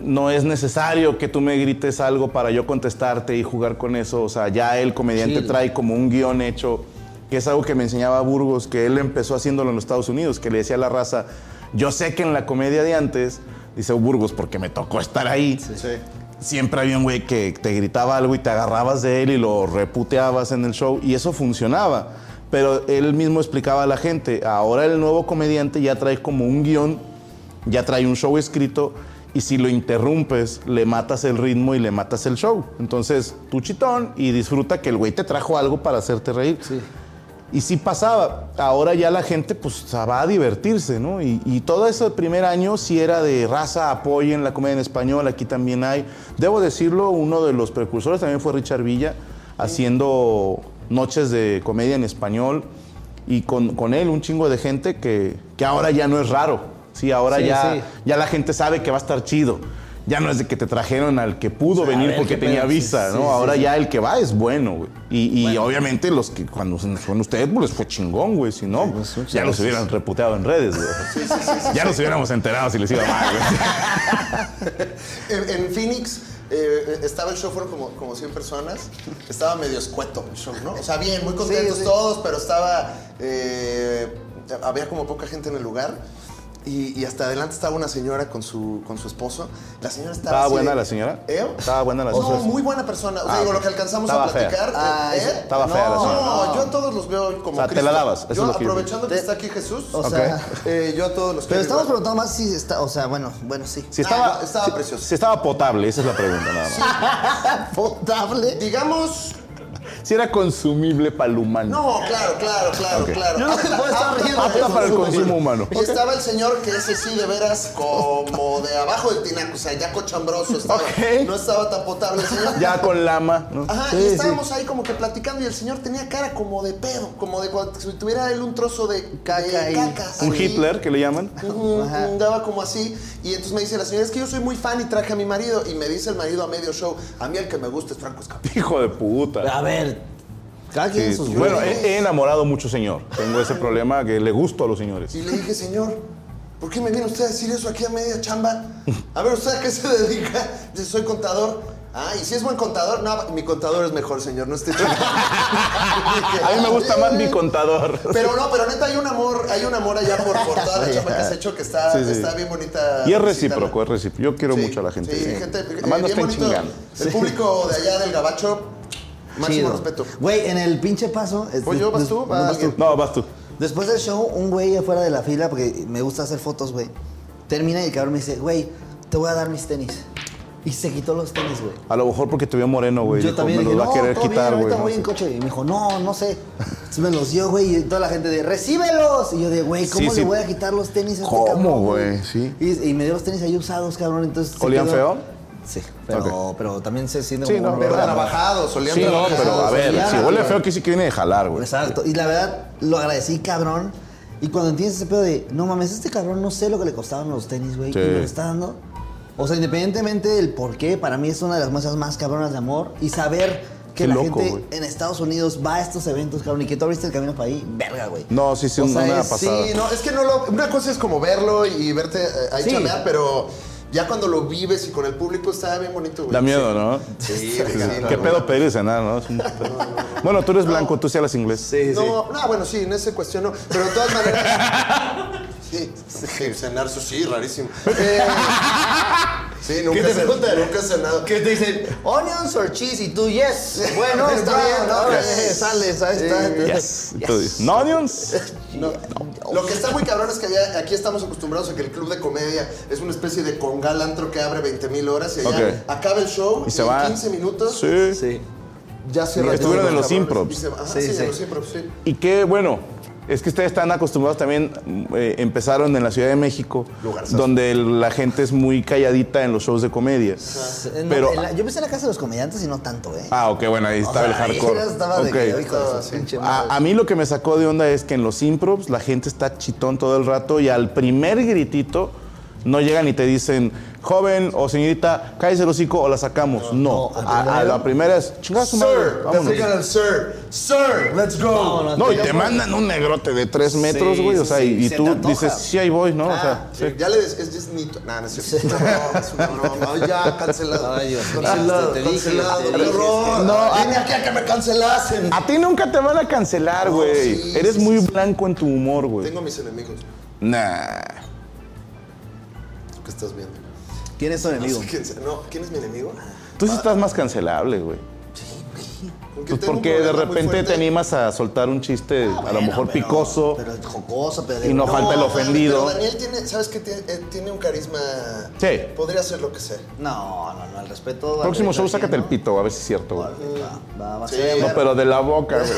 S2: no es necesario que tú me grites algo para yo contestarte y jugar con eso. O sea, ya el comediante
S3: Chill.
S2: trae como un guión hecho, que es algo que me enseñaba Burgos, que él empezó haciéndolo en los Estados Unidos, que le decía a la raza, yo sé que en la comedia de antes, dice Burgos, porque me tocó estar ahí. Siempre había un güey que te gritaba algo y te agarrabas de él y lo reputeabas en el show y eso funcionaba. Pero él mismo explicaba a la gente, ahora el nuevo comediante ya trae como un guión, ya trae un show escrito y si lo interrumpes le matas el ritmo y le matas el show. Entonces tú chitón y disfruta que el güey te trajo algo para hacerte reír. Y sí pasaba. Ahora ya la gente pues o sea, va a divertirse, ¿no? Y, y todo eso del primer año sí era de raza, apoyen la comedia en español, aquí también hay. Debo decirlo, uno de los precursores también fue Richard Villa, haciendo noches de comedia en español y con, con él un chingo de gente que, que ahora ya no es raro. Sí, ahora
S3: Sí,
S2: ya,
S3: sí.
S2: ya la gente sabe que va a estar chido. Ya no es de que te trajeron al que pudo
S3: sea,
S2: venir
S3: a ver
S2: porque
S3: qué
S2: tenía
S3: pedo. Sí,
S2: visa,
S3: sí,
S2: ¿no?
S3: sí,
S2: Ahora
S3: sí.
S2: ya el que va es bueno, güey. Y, y obviamente los que cuando se fueron ustedes, pues les fue chingón, güey. Si no,
S3: pues, muchas
S2: ya los
S3: gracias.
S2: hubieran reputeado en redes, güey. ya nos hubiéramos enterado si les iba mal, güey.
S1: En, en Phoenix eh, estaba el show, fueron como, como 100 personas. Estaba medio escueto el show, ¿no? O sea, bien, muy contentos
S3: Sí, sí.
S1: todos, pero estaba. eh, había como poca gente en el lugar. Y, y hasta adelante estaba una señora con su, con su esposo. La señora estaba.
S2: ¿Estaba
S1: así
S2: buena
S1: de-
S2: la señora?
S1: ¿Eh?
S2: ¿Estaba buena la
S1: No,
S2: señora?
S1: muy buena persona. O sea,
S2: Ah,
S1: digo, lo que alcanzamos a
S2: estaba fea.
S1: platicar.
S3: Ah,
S1: ¿eh?
S3: eso-
S2: estaba fea la
S1: No,
S2: señora.
S1: no, yo a todos los veo como.
S2: O sea, te la
S1: Cristo.
S2: dabas, eso
S1: Yo,
S2: es lo que-
S1: aprovechando que
S3: Te-
S1: está aquí Jesús,
S3: o sea,
S1: eh, yo a todos los
S3: Pero
S1: quiero
S3: estamos
S1: igual.
S3: preguntando más si está, o sea, bueno, bueno, sí.
S2: Si estaba,
S1: Ah, estaba
S2: si-
S1: preciosa.
S2: si estaba potable, esa es la pregunta nada más.
S3: potable.
S1: Digamos.
S2: Si era consumible para el humano.
S1: No, claro, claro, claro,
S2: Ok.
S1: claro.
S3: Yo no te puedo estar
S1: Apta
S3: riendo
S1: para
S2: de eso. para el consumo humano.
S1: Y estaba el señor que ese sí, de veras, como de abajo del tinaco, o sea, ya cochambroso estaba.
S2: Ok.
S1: No estaba tan potable el señor.
S2: Ya con lama. ¿no?
S1: Ajá, y estábamos ahí como que platicando y el señor tenía cara como de pedo, como de cuando si tuviera él un trozo de caca.
S3: Caca y-
S1: caca
S2: Un
S1: así.
S2: Hitler, que le llaman. [laughs]
S1: Ujú, Daba como así. Y entonces me dice la señora, es que yo soy muy fan y traje a mi marido. Y me dice el marido a medio show, a mí el que me gusta es Franco Escamilla.
S2: Hijo de puta.
S3: A ver, cada quien
S2: Sí.
S3: sus
S2: Bueno,
S3: gustos.
S1: eh,
S2: he, he enamorado mucho señor. Tengo ese problema que le gusto a los señores.
S1: Y le dije, señor, ¿por qué me viene usted a decir eso aquí a media chamba? A ver, ¿usted a qué se dedica? Yo soy contador. Ah, ¿y si es buen contador? No, mi contador es mejor, señor, no esté chingando.
S2: [laughs] A mí me gusta más mi contador.
S1: Pero no, pero neta, hay un amor, hay un amor allá por, por toda la chamba que has hecho que está,
S2: Sí, sí.
S1: está bien bonita.
S2: Y es
S1: visitarla.
S2: recíproco, es recíproco. Yo quiero
S1: Sí,
S2: mucho a la gente.
S1: Sí, gente, eh,
S2: Además no
S1: bien
S2: estén
S1: bonito.
S2: chingando.
S1: El público de allá del gabacho, eh, máximo
S3: Chido.
S1: respeto.
S3: Güey, en el pinche paso. es-
S1: Voy yo, vas
S3: des-
S1: tú,
S3: no,
S1: va alguien.
S2: No, vas tú.
S3: Después del show, un güey afuera de la fila, porque me gusta hacer fotos, güey. Termina y el cabrón me dice, güey, te voy a dar mis tenis. Y se quitó los tenis, güey.
S2: A lo mejor porque te vio moreno, güey.
S3: Yo
S2: dijo,
S3: también
S2: me
S3: dije,
S2: los va
S3: no,
S2: a querer
S3: todo bien,
S2: quitar,
S3: ahorita
S2: güey.
S3: voy en coche. Y me dijo, no, no sé. Entonces me los dio, güey, y toda la gente de, ¡recíbelos! Y yo de, güey, ¿cómo
S2: Sí,
S3: le
S2: sí.
S3: voy a quitar los tenis a este
S2: ¿Cómo,
S3: cabrón,
S2: güey? Sí.
S3: Y, y me dio los tenis ahí usados, cabrón, entonces... se
S2: ¿Olían
S3: quedó-
S2: feo?
S3: Sí, pero, pero también se siente
S2: Sí,
S3: como...
S2: no,
S3: un
S2: pero
S3: olor a-
S1: Trabajados, solían
S2: Sí, no,
S1: trabajados.
S2: pero a ver,
S3: ya,
S2: si huele
S3: güey.
S2: feo, que sí que viene de jalar, güey.
S3: Exacto. Y la verdad, lo agradecí, cabrón. Y cuando entiendes ese pedo de, no mames, este cabrón no sé lo que le costaban los tenis, güey,
S2: Sí.
S3: y me lo está dando. O sea, independientemente del por qué, para mí es una de las muestras más cabronas de amor. Y saber que
S2: Qué
S3: la
S2: loco,
S3: gente
S2: güey.
S3: en Estados Unidos va a estos eventos, cabrón, y que tú abriste el camino para ahí, verga, güey.
S2: No, sí, sí,
S3: O sea,
S2: una
S3: es-
S2: pasada.
S1: Sí, no, es que no lo. Una cosa es como verlo y verte eh, ahí
S3: Sí.
S1: chambear, pero ya cuando lo vives y con el público está bien bonito, güey.
S2: Da miedo, ¿no?
S1: Sí, güey, sí,
S2: ¿Qué
S1: no,
S2: pedo
S1: no.
S2: pedir y cenar, no? Es un- Bueno, tú eres blanco, tú sí hablas inglés. Sí,
S1: No, no, bueno, sí, en ese cuestión no. Pero de todas maneras.
S3: [laughs]
S1: sí, sí, cenar sushi, rarísimo. Eh, sí, nunca he cenado. Nunca he cenado.
S3: Que te dicen,
S1: [laughs]
S3: onions or cheese, y tú, yes.
S2: [laughs]
S3: Bueno, está bien, Eh,
S1: ¿no?
S3: ahora
S1: Yes.
S3: sales, ahí está.
S2: Yes. Tú dices, ¿No onions?
S1: No. Lo que está muy cabrón es que allá- aquí estamos acostumbrados a que el club de comedia es una especie de congal antro que abre 20 mil horas y allá
S2: Ok.
S1: acaba el show
S2: Y se
S1: en
S2: va.
S1: 15 minutos
S2: Sí.
S3: Sí.
S1: ya cierra
S2: Estuvieron
S1: todo,
S2: en los
S1: cabrones,
S2: improvs.
S1: y se va. Ajá,
S3: Sí,
S1: sí,
S3: sí.
S1: en los improvs, sí.
S2: Y qué bueno. Es que ustedes están acostumbrados también, mm, eh, empezaron en la Ciudad de México,
S1: Lugarzazo.
S2: donde la gente es muy calladita en los shows de comedia.
S3: En-
S2: Pero,
S3: en la- yo pensé en la casa de los comediantes y no tanto, ¿eh?
S2: ah, ok, bueno, ahí estaba el
S3: sea, [laughs] ahí
S2: hardcore.
S3: estaba de
S2: Ok. Ah,
S3: que, hijo de su
S1: Estaba así.
S3: pinche madre.
S2: A, a mí lo que me sacó de onda es que en los improvs la gente está chitón todo el rato y al primer gritito no llegan y te dicen, joven o señorita, cállese el hocico o la sacamos. No,
S3: no,
S2: a, a la primera es, chingada su madre,
S1: Sir, te
S2: vámonos".
S1: aplican al sir. Sir, let's go.
S3: Vámonos.
S2: No, y te mandan un negrote de tres metros,
S3: Sí,
S2: güey, o
S3: sí,
S2: sea,
S3: sí,
S2: y, y
S3: se te
S2: tú
S3: antoja.
S2: dices, sí, ahí voy, ¿no? o sea,
S3: Ah,
S1: Sí, Ya le des, es, es nito. Nah, no es cierto. No, es una
S3: [laughs]
S1: broma. Ay, Ya, cancelado.
S3: Ay, Dios mío,
S1: cancelado,
S3: te dije,
S1: cancelado.
S3: te
S1: qué
S3: dije,
S1: horror.
S2: es que- No, ah.
S1: Vine aquí a que me cancelasen.
S2: A ti nunca te van a cancelar,
S1: No,
S2: güey.
S1: sí,
S2: Eres
S1: sí,
S2: muy
S1: sí.
S2: blanco en tu humor, güey.
S1: Tengo mis enemigos.
S2: Nah.
S1: ¿Qué estás viendo?
S3: ¿Quién es tu enemigo?
S1: No, sé quién sea- no, ¿quién es mi enemigo?
S2: Tú sí estás más cancelable, güey.
S1: Porque
S2: Pues
S1: tengo un
S2: porque de
S1: problema muy
S2: repente
S1: fuerte.
S2: te animas a soltar un chiste, a lo
S3: Bueno,
S2: mejor
S3: pero-
S2: picoso.
S3: Pero es jocoso, pero...
S2: Y no falta el
S1: No,
S2: ofendido.
S1: Pero Daniel tiene, ¿sabes qué? Tiene, eh, tiene un carisma.
S2: Sí.
S1: Podría ser lo que sea.
S3: No, no, no, el respeto... al
S2: Próximo show,
S3: del
S2: sácate el
S3: ajeno.
S2: pito, a ver si es cierto, güey.
S3: Va, va, va,
S1: Sí.
S3: se va a
S2: No,
S3: ver.
S2: pero de la boca, güey.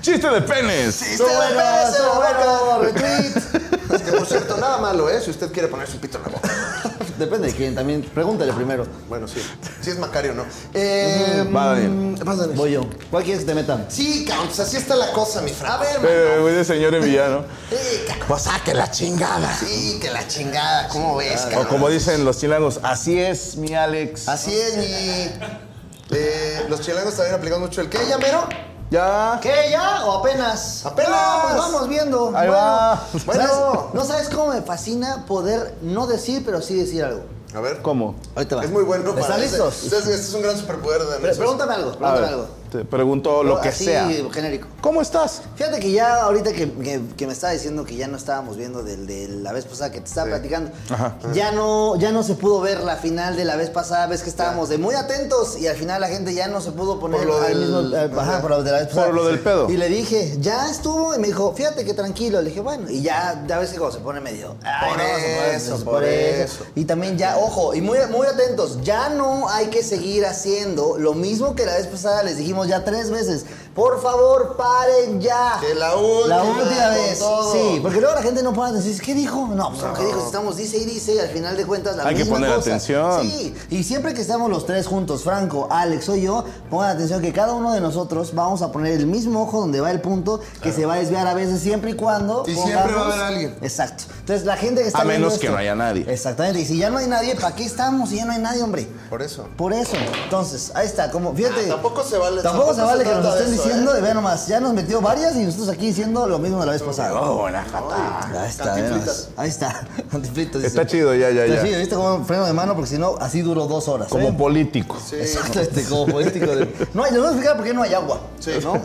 S2: Chiste de penes.
S1: Está
S3: Estuvo bueno,
S1: bueno,
S3: estuvo bueno,
S1: retweet. Es que por cierto, nada malo, ¿eh? Si usted quiere poner su pito en la boca.
S3: [laughs] Depende de quién, también. Pregúntale primero.
S1: Bueno, sí. Sí es Macario, ¿no? Eh,
S2: Ujú. Va, Daniel.
S1: vas, Daniel.
S3: Voy yo. ¿Cuál quieres que te meta?
S1: Sí, cabrón, pues así está la cosa, mi Fran. A ver,
S2: Eh, Güey, de señor en villano.
S1: Sí, cabrón.
S2: Pues saque la chingada.
S1: Sí, que la chingada. ¿Cómo ves,
S2: O
S1: cabrón?
S2: como dicen los chilangos, así es, mi Alex.
S1: Así es, mi... Eh, los chilangos también aplican mucho el... ¿Qué, ya, mero?
S2: Ya.
S3: ¿Qué, ya o apenas?
S1: Apenas.
S3: No, pues vamos viendo.
S2: Ahí va. [laughs]
S3: Bueno,
S1: Bueno.
S3: ¿sabes? no sabes cómo me fascina poder no decir, pero sí decir algo.
S1: A ver.
S2: ¿Cómo?
S3: Ahorita va.
S1: Es muy bueno para.
S3: ¿Están
S1: ese-
S3: listos?
S1: Este, es- este es un gran superpoder de
S3: Pre-
S1: Daniel Sosa.
S3: pregúntame algo,
S2: A
S3: pregúntame
S2: ver,
S3: algo.
S2: te pregunto lo que
S3: Así,
S2: sea.
S3: genérico.
S2: ¿Cómo estás?
S3: Fíjate que ya ahorita que, que- que me estaba diciendo que ya no estábamos viendo del, de la vez pasada que te estaba platicando,
S2: Ajá.
S3: ya no, ya no se pudo ver la final de la vez pasada, ves que estábamos de muy atentos y al final la gente ya no se pudo poner
S1: Por lo
S3: al
S1: del-
S3: mismo- eh, ajá,
S1: ajá.
S3: por lo de la vez pasada.
S2: Por lo del pedo.
S3: Y le dije, ya estuvo, y me dijo, fíjate que tranquilo. Le dije, bueno, y ya, ya ves que cuando se pone medio. "Ay,
S1: Por
S3: no, se puede,
S1: eso,
S3: no se
S1: por
S3: puede".
S1: eso.
S3: Y también ya, ojo, y muy, muy atentos, ya no hay que seguir haciendo lo mismo que la vez pasada les dijimos ya tres veces. Por favor, paren ya.
S1: Que la última.
S3: La última
S1: con
S3: vez.
S1: todo.
S3: Sí, porque luego la gente no pone atención. dice, ¿Qué dijo? No, pues ¿qué dijo? Si Estamos, dice y dice, y al final de cuentas la
S2: Hay que
S3: misma
S2: poner
S3: cosa.
S2: atención.
S3: Sí, y siempre que estamos los tres juntos, Franco, Alex o yo, pongan atención que cada uno de nosotros vamos a poner el mismo ojo donde va el punto, que se va a desviar a veces siempre y cuando.
S1: Y
S3: pongamos-
S1: siempre va a haber alguien.
S3: Exacto. Entonces la gente que está
S2: A
S3: viendo
S2: menos que
S3: esto-
S2: no haya nadie.
S3: Exactamente. Y si ya no hay nadie, ¿para qué estamos si ya no hay nadie, hombre?
S1: Por eso.
S3: Por eso, entonces, ahí está, como, fíjate.
S1: Ah, tampoco se vale-
S3: Tampoco,
S1: tampoco
S3: se vale
S1: se
S3: que nos
S1: trata de
S3: estén
S1: eso,
S3: diciendo,
S1: ¿eh?
S3: y vean nomás, ya nos metió varias y nosotros aquí diciendo lo mismo de la vez pasada.
S2: la
S3: ahí está, vean nomás. Ahí está, [laughs] Antifritos, dice.
S2: Está chido, ya, ya,
S3: Está
S2: ya.
S3: chido, ¿viste como freno de mano? Porque si no, así duró dos horas.
S2: Como
S3: [laughs] ¿eh?
S2: político.
S3: Exacto, este, como político. de- No, y les voy a explicar por qué no hay agua.
S1: Sí.
S3: ¿no?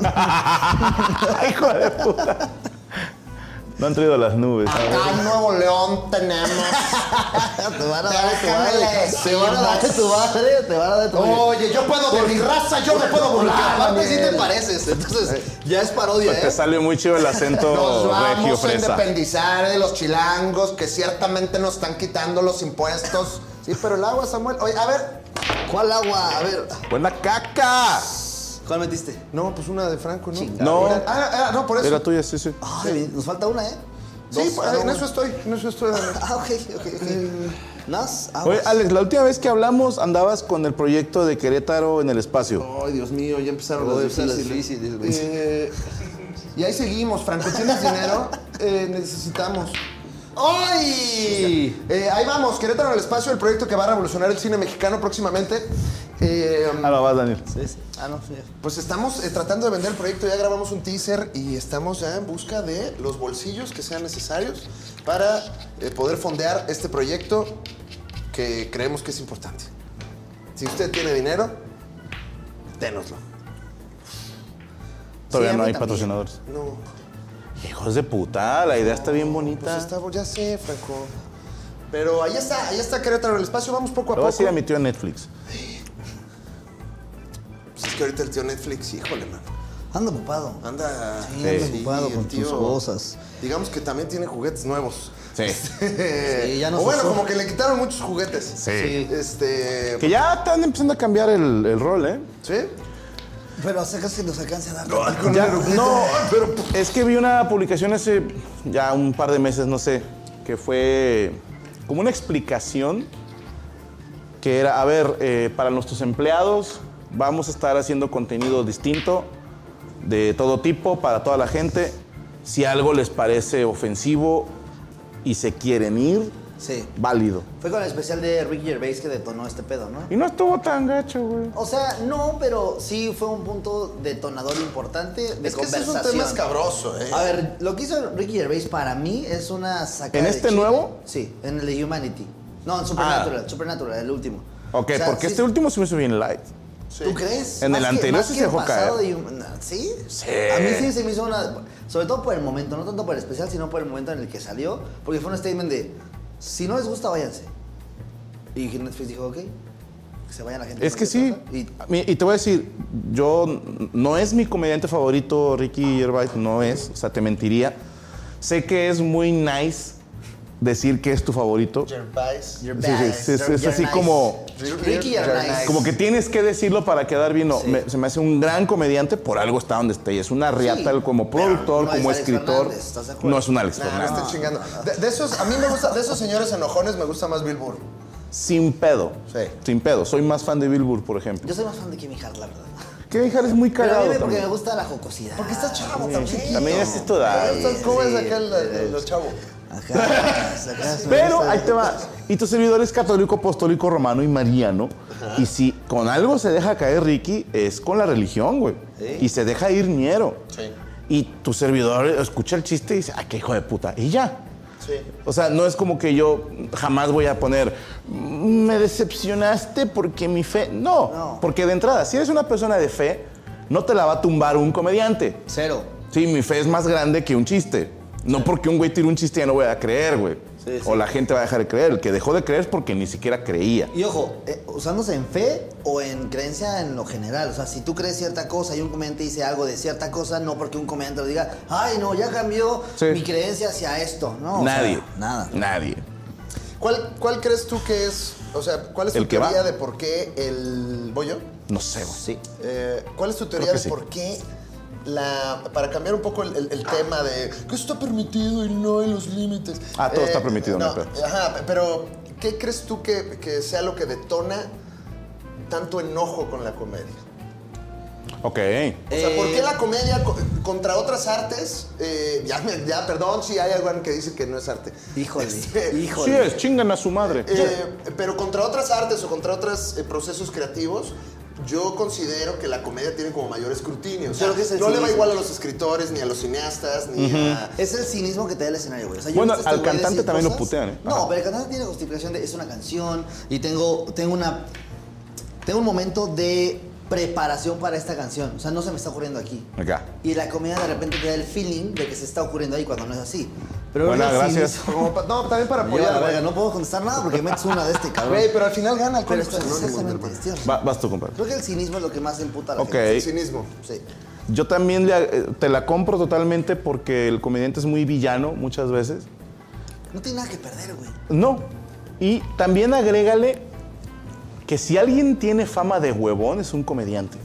S2: Hijo de puta. No han traído las nubes.
S1: Acá en Nuevo León tenemos.
S3: [laughs] te van a dar de tu
S1: Déjame
S3: madre.
S1: decir,
S3: Te van a dar de tu madre, te van a dar de tu madre.
S1: Oye, yo puedo de mi raza, yo me puedo burlar.
S3: Aparte, sí te
S1: Daniel.
S3: pareces, entonces ya es parodia,
S2: pues Te
S3: ¿eh?
S2: sale muy chido el
S1: [laughs] Nos
S2: acento regio
S1: vamos a
S2: fresa.
S1: independizar de los chilangos que ciertamente nos están quitando los impuestos. Sí, pero el agua, Samuel. Oye, a ver.
S3: ¿Cuál agua? A ver,
S2: ¡Buena caca!
S3: ¿cuál metiste?
S1: No, pues una de Franco, ¿no?
S3: Chingada.
S2: No.
S1: Ah, ah, no, por eso.
S2: Era tuya, sí, sí.
S1: Ah,
S3: Ay, nos falta una, ¿eh?
S1: sí,
S3: Dos,
S1: pues,
S3: ah,
S1: en
S3: no,
S1: eso estoy, en eso estoy. Daniel.
S3: Ah, ok, ok, [laughs] ok. Nas, aguas.
S2: Oye, Alex, la última vez que hablamos andabas con el proyecto de Querétaro en el espacio.
S1: Ay, Dios mío, ya empezaron
S3: Ay,
S1: los
S3: empezaron las
S1: difíciles.
S3: difíciles,
S1: Eh, y ahí seguimos, Franco. ¿Tienes dinero? Eh, necesitamos. ¡Ay! Eh, ahí vamos, Querétaro en el espacio, el proyecto que va a revolucionar el cine mexicano próximamente. Eh,
S2: Ah, no, vas, Daniel.
S3: Sí, sí. Ah, no, sí.
S1: pues estamos eh, tratando de vender el proyecto, ya grabamos un teaser y estamos ya en busca de los bolsillos que sean necesarios para eh, poder fondear este proyecto que creemos que es importante. Si usted tiene dinero, dénoslo.
S2: Todavía
S3: Sí,
S2: no
S3: a mí
S2: hay
S3: también.
S2: patrocinadores.
S1: No.
S2: Hijos de puta, la idea está bien bonita.
S1: Pues está, ya sé, Franco. Pero ahí está, ahí está Querétaro en el espacio, vamos poco a
S2: Lo voy a
S1: poco.
S2: decir a mi tío en Netflix.
S1: Pues es que ahorita el tío Netflix, híjole, man.
S3: Ando ocupado.
S1: Ah. Anda,
S3: Sí, anda ocupado con tus cosas.
S1: Digamos que también tiene juguetes nuevos.
S2: Sí.
S1: Sí, [laughs]
S3: ya nos
S1: o bueno,
S3: usó.
S1: como que le quitaron muchos juguetes.
S2: Sí.
S1: Este.
S2: Que ya están empezando a cambiar el, el rol, ¿eh?
S1: ¿Sí?
S3: Pero hasta casi nos alcance a dar.
S2: Ya, no,
S1: pero.
S2: es que vi una publicación hace ya un par de meses, no sé, que fue como una explicación que era, a ver, eh, para nuestros empleados vamos a estar haciendo contenido distinto de todo tipo para toda la gente. Si algo les parece ofensivo y se quieren ir,
S3: Sí.
S2: válido.
S3: Fue con el especial de Ricky Gervais que detonó este pedo, ¿no?
S2: Y no estuvo tan gacho, güey.
S3: O sea, no, pero sí fue un punto detonador importante de
S1: Es que ese es
S3: conversación.
S1: un tema escabroso, ¿eh?
S3: A ver, lo que hizo Ricky Gervais para mí es una sacada
S2: ¿En
S3: de
S2: este
S3: chile.
S2: nuevo? Ah.
S3: Sí, en el de Humanity. No, en Supernatural, Supernatural, el último.
S2: Ok,
S3: O sea,
S2: porque
S3: sí-
S2: este último se me hizo bien light.
S3: ¿Tú crees?
S2: En el
S3: que-
S2: anterior
S3: más
S2: sí
S3: que
S2: se
S3: el
S2: dejó
S3: pasado
S2: caer.
S3: de Human- ¿Sí?
S2: Sí.
S3: A mí sí se me hizo una... Sobre todo por el momento, no tanto por el especial, sino por el momento en el que salió. Porque fue un statement de, si no les gusta, váyanse. Y que Netflix dijo, ok, que se vaya la gente.
S2: Es
S3: ¿no?
S2: que
S3: ¿Qué
S2: sí.
S3: pasa? Y-
S2: Mi- Y te voy a decir, yo n- no es mi comediante favorito, Ricky Gervais, no es, o sea, te mentiría. Sé que es muy nice decir que es tu favorito.
S1: Gervais.
S3: You're
S2: Sí, sí,
S3: bad,
S2: sí, es-
S3: you're-
S2: es
S3: you're
S2: así
S3: nice.
S2: como-
S3: Ricky
S1: You're
S3: Gervais.
S1: nice.
S2: Como que tienes que decirlo para quedar bien. No,
S3: Sí.
S2: me- se me hace un gran comediante, por algo está donde está. Y es una riata
S3: Sí,
S2: como
S3: pero
S2: productor,
S3: no es
S2: como
S3: Alex
S2: escritor.
S3: Fernández, ¿estás de acuerdo?
S2: No es un Alex
S1: Nah, Ah, me
S2: Fernández.
S1: estén chingando. De, de esos, a mí me gusta, de esos señores enojones, me gusta más Bill Burr.
S2: Sin pedo.
S1: Sí.
S2: Sin pedo. Soy más fan de Bill Burr, por ejemplo.
S3: Yo soy más fan de Kimmy Hart, la verdad.
S2: Kevin Hart es muy
S3: Pero a
S2: cagado
S3: mí me- porque
S2: también.
S3: me gusta la jocosidad.
S1: Porque está chavo, tan chiquito.
S2: También es tu edad.
S1: ¿Cómo es
S3: sí,
S1: aquel, el, el chavo?
S3: Ajá, acá se me
S2: Pero
S3: gusta.
S2: ahí te va. Y tu servidor es católico, apostólico, romano y mariano. Y si con algo se deja caer Ricky, es con la religión, güey. Y se deja ir ñero.
S1: Sí.
S2: Y tu servidor escucha el chiste y dice, ¡ay, qué hijo de puta! Y ya.
S1: Sí.
S2: O sea, no es como que yo jamás voy a poner, "Mm, me decepcionaste porque mi fe. No,
S3: No.
S2: porque de entrada, si eres una persona de fe, no te la va a tumbar un comediante.
S3: Cero.
S2: Sí, mi fe es más grande que un chiste. No porque un güey tire un chiste ya no voy a creer, güey.
S3: Sí, sí.
S2: O la gente va a dejar de creer. El que dejó de creer es porque ni siquiera creía.
S3: Y ojo, eh, usándose en fe o en creencia en lo general. O sea, si tú crees cierta cosa y un comediante dice algo de cierta cosa, no porque un comediante lo diga, ay, no, ya cambió
S2: Sí.
S3: mi creencia hacia esto. No, o sea,
S2: Nadie.
S3: nada.
S2: Nadie.
S1: ¿Cuál, ¿Cuál crees tú que es? O sea, ¿cuál es tu
S2: El que va.
S1: teoría de por qué el. ¿Voy yo?
S2: No sé, güey.
S3: Sí.
S1: Eh, ¿Cuál es tu teoría
S2: que
S1: de
S2: sí.
S1: por qué la. Para cambiar un poco el, el- el tema de. ¿Qué está permitido y no en los límites? Eh,
S2: Ah, todo está permitido, no hay pedo.
S1: Ajá, pe- pero ¿qué crees tú que, que sea lo que detona tanto enojo con la comedia?
S2: Ok.
S1: O sea, ¿por qué
S3: Eh,
S1: la comedia co- contra otras artes? eh, ya, me- ya, perdón si hay alguien que dice que no es arte.
S3: Híjole,
S1: Este,
S2: Sí
S3: híjole.
S2: es, chingan a su madre.
S1: Eh, pero contra otras artes o contra otros eh, procesos creativos, yo considero que la comedia tiene como mayor escrutinio. O sea,
S3: Creo que es el
S1: no le va
S3: cinismo.
S1: igual a los escritores, ni a los cineastas, ni a...
S3: Es el cinismo que te da el escenario, güey. O sea, yo
S2: Bueno,
S3: he visto
S2: al
S3: este güey
S2: cantante
S3: decir
S2: también lo putean, ¿eh?
S3: No,
S2: Ajá.
S3: pero el cantante tiene justificación de es una canción y tengo, tengo una. Tengo un momento de preparación para esta canción. O sea, no se me está ocurriendo aquí.
S2: Acá.
S3: Y la comedia de repente te da el feeling de que se está ocurriendo ahí cuando no es así. Pero
S2: Bueno,
S3: verlo sin
S2: gracias.
S3: eso-
S1: Como pa- no, también para
S3: Yo, la
S1: apoyar.
S3: verga,
S1: güey.
S3: no puedo contestar nada porque metes una de este cabrón.
S1: Güey, pero al final gana el
S3: Pero
S1: Alcohólicos
S3: esto es
S1: Anónimos, mi
S3: exactamente
S1: hermano.
S3: tienes razón.
S2: Va- vas tú, compadre.
S3: Creo que el cinismo es lo que más emputa a la
S2: Ok.
S3: gente.
S1: El cinismo.
S3: Sí.
S2: Yo también le- eh, te la compro totalmente porque el comediante es muy villano muchas veces.
S3: No tiene nada que perder, güey.
S2: No. Y también agrégale que si alguien tiene fama de huevón es un comediante.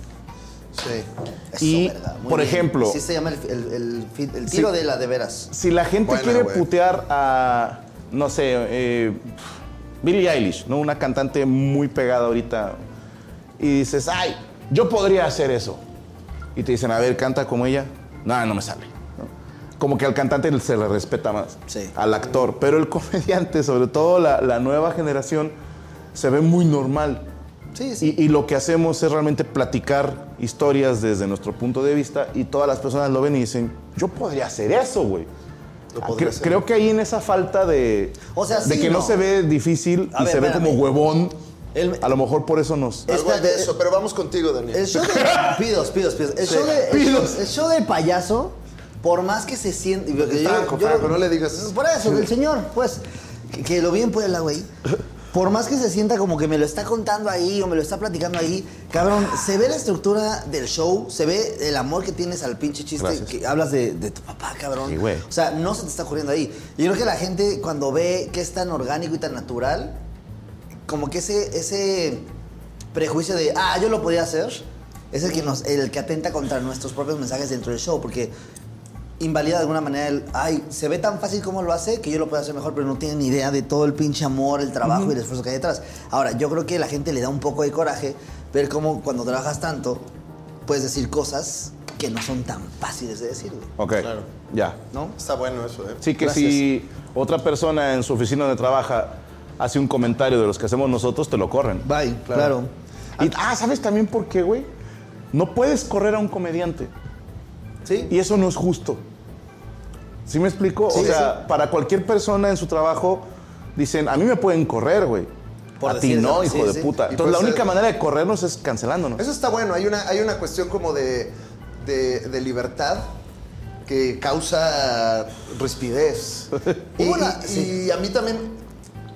S1: Sí.
S3: Eso,
S2: Y,
S3: verga, muy
S2: por
S3: bien.
S2: ejemplo-
S3: Sí se llama el, el- el fi- el tiro
S2: Sí.
S3: de la de veras.
S2: Si la gente
S1: Buena,
S2: quiere
S1: güey.
S2: putear a, no sé, eh, Billie Eilish, ¿no? Una cantante muy pegada ahorita. Y dices, ay, yo podría hacer eso. Y te dicen, a ver, canta como ella. No, no me sale. ¿no? Como que al cantante se le respeta más.
S3: Sí.
S2: Al actor. Pero el [laughs] comediante, sobre todo la, la nueva generación, se ve muy normal.
S3: Sí, sí.
S2: Y, y lo que hacemos es realmente platicar historias desde nuestro punto de vista y todas las personas lo ven y dicen, yo podría hacer eso, güey.
S1: Lo
S2: Ah,
S1: podría
S2: cre-
S1: hacer.
S2: Creo que ahí en esa falta de,
S3: O sea,
S2: de
S3: sí,
S2: que no.
S3: no.
S2: se ve difícil
S3: A
S2: y
S3: ver,
S2: se ve
S3: espérame. Eh,
S2: como huevón,
S3: El-
S2: a lo mejor por eso nos...
S3: Es-
S1: Algo hay de
S3: Espérate,
S1: eso, pero vamos contigo, Daniel.
S3: El [laughs] show de. Pidos, pidos, pidos. El,
S1: Sí.
S3: show de, el
S2: Pidos.
S3: show- el show del payaso, por más que se siente. yo- yo-
S1: Franco,
S3: yo-
S1: Franco, no le digas eso.
S3: Por eso, el señor, pues. Que, que lo vi en Puebla, güey. Por más que se sienta como que me lo está contando ahí o me lo está platicando ahí, cabrón, se ve la estructura del show, se ve el amor que tienes al pinche chiste,
S2: Gracias.
S3: que hablas de, de tu papá, cabrón.
S2: Sí, güey.
S3: O sea, no se te está ocurriendo ahí. Yo creo que la gente cuando ve que es tan orgánico y tan natural, como que ese, ese prejuicio de, ah, yo lo podía hacer, es el que, nos, el que atenta contra nuestros propios mensajes dentro del show, porque invalida de alguna manera el, ay, se ve tan fácil como lo hace que yo lo puedo hacer mejor, pero no tienen idea de todo el pinche amor, el trabajo y el esfuerzo que hay detrás. Ahora, yo creo que la gente le da un poco de coraje ver cómo cuando trabajas tanto, puedes decir cosas que no son tan fáciles de decir, güey,
S2: ok, ya.
S3: ¿no?
S1: Está bueno eso, ¿eh?
S2: Sí que
S3: Gracias.
S2: si otra persona en su oficina donde trabaja hace un comentario de los que hacemos nosotros, te lo corren.
S3: Bye, claro.
S2: Y- ah, ¿sabes también por qué, güey? No puedes correr a un comediante.
S3: Sí.
S2: Y eso no es justo. ¿Sí me explico? o
S3: Sí,
S2: sea, para cualquier persona en su trabajo, dicen, a mí me pueden correr, güey.
S3: Por
S2: a ti
S3: decir
S2: no,
S3: eso,
S2: hijo
S3: sí,
S2: de
S3: sí.
S2: puta.
S1: Y
S2: Entonces, la
S1: pues,
S2: única
S1: eh,
S2: manera de corrernos es cancelándonos.
S1: Eso está bueno, hay una, hay una cuestión como de, de, de libertad que causa rispidez. y,
S3: Una,
S1: y-
S3: sí.
S1: y a mí también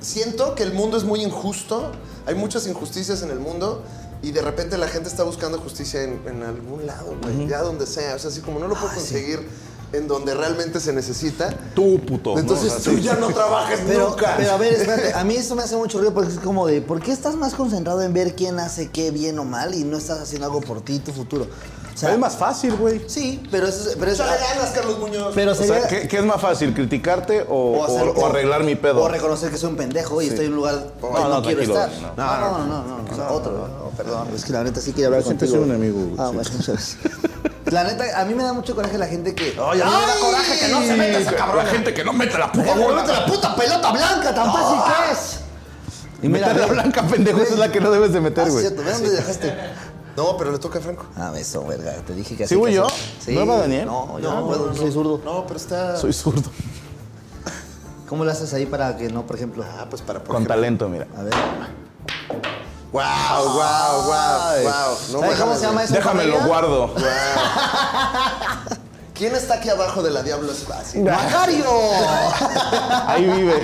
S1: siento que el mundo es muy injusto, hay muchas injusticias en el mundo y de repente la gente está buscando justicia en, en algún lado, güey, ya donde sea, o sea, así como no lo puedo conseguir en donde realmente se necesita.
S2: Tú, puto. ¿no?
S1: Entonces
S2: O sea,
S1: tú ya no trabajes
S3: Pero,
S1: nunca. ¡Eh,
S3: pero a ver, espérate, a mí eso me hace mucho ruido porque es como de, ¿por qué estás más concentrado en ver quién hace qué bien o mal y no estás haciendo algo por ti y tu futuro? O sea,
S2: Es más fácil, güey.
S3: Sí, pero eso es... Pero, eso,
S1: Échale ganas, Carlos Muñoz.
S3: pero
S2: O sea,
S3: sería-
S2: ¿qué, qué es más fácil, criticarte o,
S3: o
S2: o-
S3: hacer-
S2: o arreglar mi pedo?
S3: O reconocer que soy un pendejo y estoy en un lugar
S2: No,
S3: que no,
S2: no,
S3: quiero
S2: tranquilo,
S3: estar. No, no, no, no, no, no, otro. no, perdón, es que la neta sí quiero hablar
S2: Yo siempre
S3: contigo.
S2: soy un amigo, güey,
S3: Ah,
S2: sí.
S3: bueno, entonces. La neta, a mí me da mucho coraje la gente que...
S2: Ay, a mí me da coraje que no se meta ese cabrón. La gente que no mete la puta bola.
S3: la puta pelota blanca tan fácil que Pues, es!
S2: Y meter la
S3: ve-
S2: blanca, pendejo, esa es la que no debes de meter,
S3: Ah,
S2: güey.
S3: cierto, ve dónde dejaste?
S1: No, pero le toca a Franco.
S3: Ah, eso, verga, te dije que así.
S2: ¿Sigo
S3: que
S2: yo?
S3: así.
S2: ¿No va Daniel?
S3: No, pues, yo
S1: No,
S3: no, puedo, soy zurdo.
S1: No, pero está...
S2: Soy zurdo.
S3: ¿Cómo lo haces ahí para que no, por ejemplo?
S1: Ah, pues para por
S2: Con
S1: ejemplo-
S2: talento, mira.
S3: A ver.
S1: Wow, wow, wow, wow. No
S3: ¿Sabes cómo
S1: mames,
S3: se llama
S1: güey.
S3: eso? en
S2: Déjame lo
S3: familia?
S2: guardo.
S1: ¿Quién está aquí abajo de la Diablo Espacio?
S2: Ah,
S3: ¡Macario!
S2: [laughs] Ahí vive.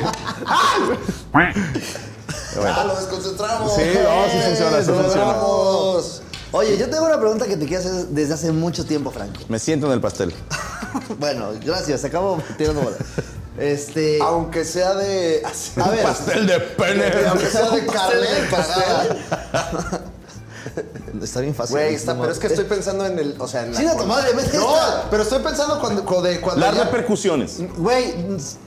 S1: Ah, lo desconcentramos.
S2: Sí, no, sí funciona, sí
S1: Lo
S2: funciona.
S1: logramos.
S3: Oye, yo tengo una pregunta que te quiero hacer desde hace mucho tiempo, Franco.
S1: [laughs]
S2: Me siento en el
S3: [laughs]
S2: pastel.
S3: Bueno, gracias, acabo tirando bola. Este.
S1: [laughs] Aunque sea de.
S3: A ver.
S2: Pastel pues, de pene.
S1: Aunque sea de
S3: pastel
S1: carne
S3: de
S1: pastel.
S3: [laughs] Está bien fácil.
S1: Güey, está,
S3: No,
S1: pero es que estoy pensando en el. O sea, en la.
S3: Chinga tu madre, vete
S1: No,
S3: esta.
S1: pero estoy pensando cuando. cuando, de- cuando
S2: Las
S1: ya-
S2: repercusiones.
S3: Güey,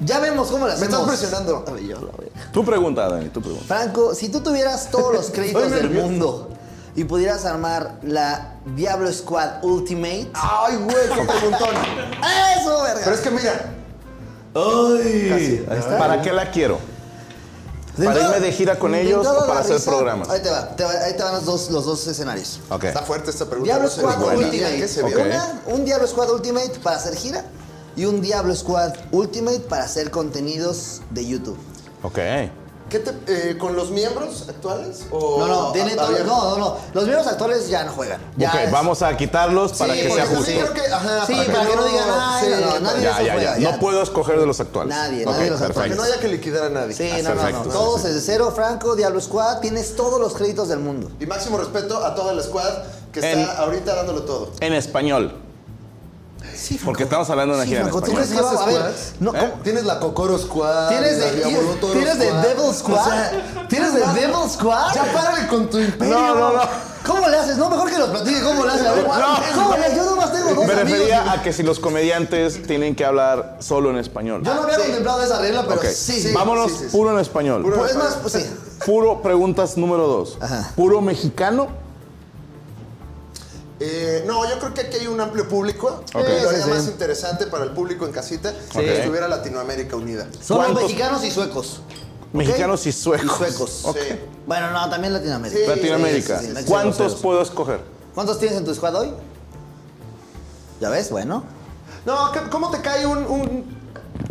S3: ya vemos cómo las
S1: Me estás
S3: hacemos.
S1: presionando.
S3: A ver, yo lo veo.
S2: Tu pregunta, Dani, tu pregunta.
S3: Franco, si tú tuvieras
S1: [laughs]
S3: todos los créditos
S1: Estoy
S3: del
S1: nervioso.
S3: mundo y pudieras armar la Diablo Squad Ultimate.
S1: Ay, güey, qué preguntón.
S3: ¡Eso, verga!
S1: Pero es que mira,
S2: ¡Ay! ¿Para qué la quiero? ¿Para
S3: toda-
S2: irme de gira con ellos
S3: toda
S2: o para
S3: la
S2: hacer programas? Ah,
S3: Ahí te va, te va- ahí te van los dos, los dos escenarios.
S2: Ok.
S1: está fuerte esta pregunta.
S3: Diablo
S1: no sé,
S3: Squad
S1: güey,
S3: Ultimate.
S1: ¿qué se
S2: Ok.
S1: vio?
S3: Una, un Diablo Squad Ultimate para hacer gira y un Diablo Squad Ultimate para hacer contenidos de YouTube.
S2: Ok.
S1: ¿Qué te, eh, ¿Con los miembros actuales? O
S3: No, no, tiene
S1: a-
S3: todo-
S1: abierto?
S3: no, no, no. Los miembros actuales ya no juegan. Ya
S2: ok,
S3: es-
S2: vamos a quitarlos para
S3: Sí,
S2: que
S1: porque
S2: sea
S1: también
S2: justo.
S1: creo que- ajá,
S3: Sí, para que no digan, "Ay, no, no, nadie-
S2: Ya,
S3: eso
S2: ya, ya.
S3: juega, ya.
S2: No puedo escoger de los actuales.
S3: Nadie,
S2: Ok,
S3: nadie de los
S1: Para que
S2: perfecto.
S1: no haya que liquidar a nadie.
S3: Sí,
S2: Ah,
S3: no, no, no.
S2: perfecto.
S3: Todos desde cero, Franco, Diablo Squad, tienes todos los créditos del mundo.
S1: Y máximo respeto a toda la squad que está
S2: En-
S1: ahorita dándolo todo.
S2: En español.
S3: Sí,
S2: Porque estamos hablando de una
S3: Sí,
S2: gira en
S3: Franco, tú
S2: español.
S3: crees que va- a ver,
S1: squads?
S3: no,
S2: ¿Eh?
S3: ¿cómo?
S1: Tienes la Cocoro Squad.
S3: ¿Tienes
S1: la
S3: de,
S1: Diabolotoro
S3: ¿tienes de
S1: Squad.
S3: Devil Squad?
S1: O sea,
S3: ¿Tienes de Devil Squad?
S1: Ya párale con tu imperio.
S2: No, no, no.
S3: ¿Cómo le haces? No, mejor que nos platique cómo le haces. A ver,
S2: No.
S3: ¿cómo le haces? Yo nomás tengo dos
S2: Me
S3: amigos.
S2: refería a que si los comediantes tienen que hablar solo en español.
S3: Yo no había contemplado esa regla, pero
S2: Ok,
S3: sí. sí.
S2: Vámonos
S1: sí, sí, sí.
S2: puro en español.
S1: Puro-
S3: Pues es más, pues sí.
S2: Puro preguntas número dos.
S3: Ajá.
S2: Puro mexicano.
S1: Eh, no, yo creo que aquí hay un amplio público.
S2: Ok.
S1: Eh,
S3: Sí,
S1: sería
S3: sí.
S1: más interesante para el público en casita si
S2: Ok.
S1: estuviera Latinoamérica unida.
S3: Son los
S2: ¿Cuántos-
S3: mexicanos y suecos.
S2: Mexicanos y
S3: Y
S2: suecos.
S3: suecos.
S2: Ok.
S1: Sí.
S3: Bueno, no, también Latinoamérica.
S1: Sí,
S2: Latinoamérica.
S3: sí, sí, sí, sí.
S2: ¿Cuántos
S3: Ceros.
S2: puedo escoger?
S3: ¿Cuántos tienes en tu squad hoy? ¿Ya ves? Bueno.
S1: No, ¿qué- ¿cómo te cae un, un,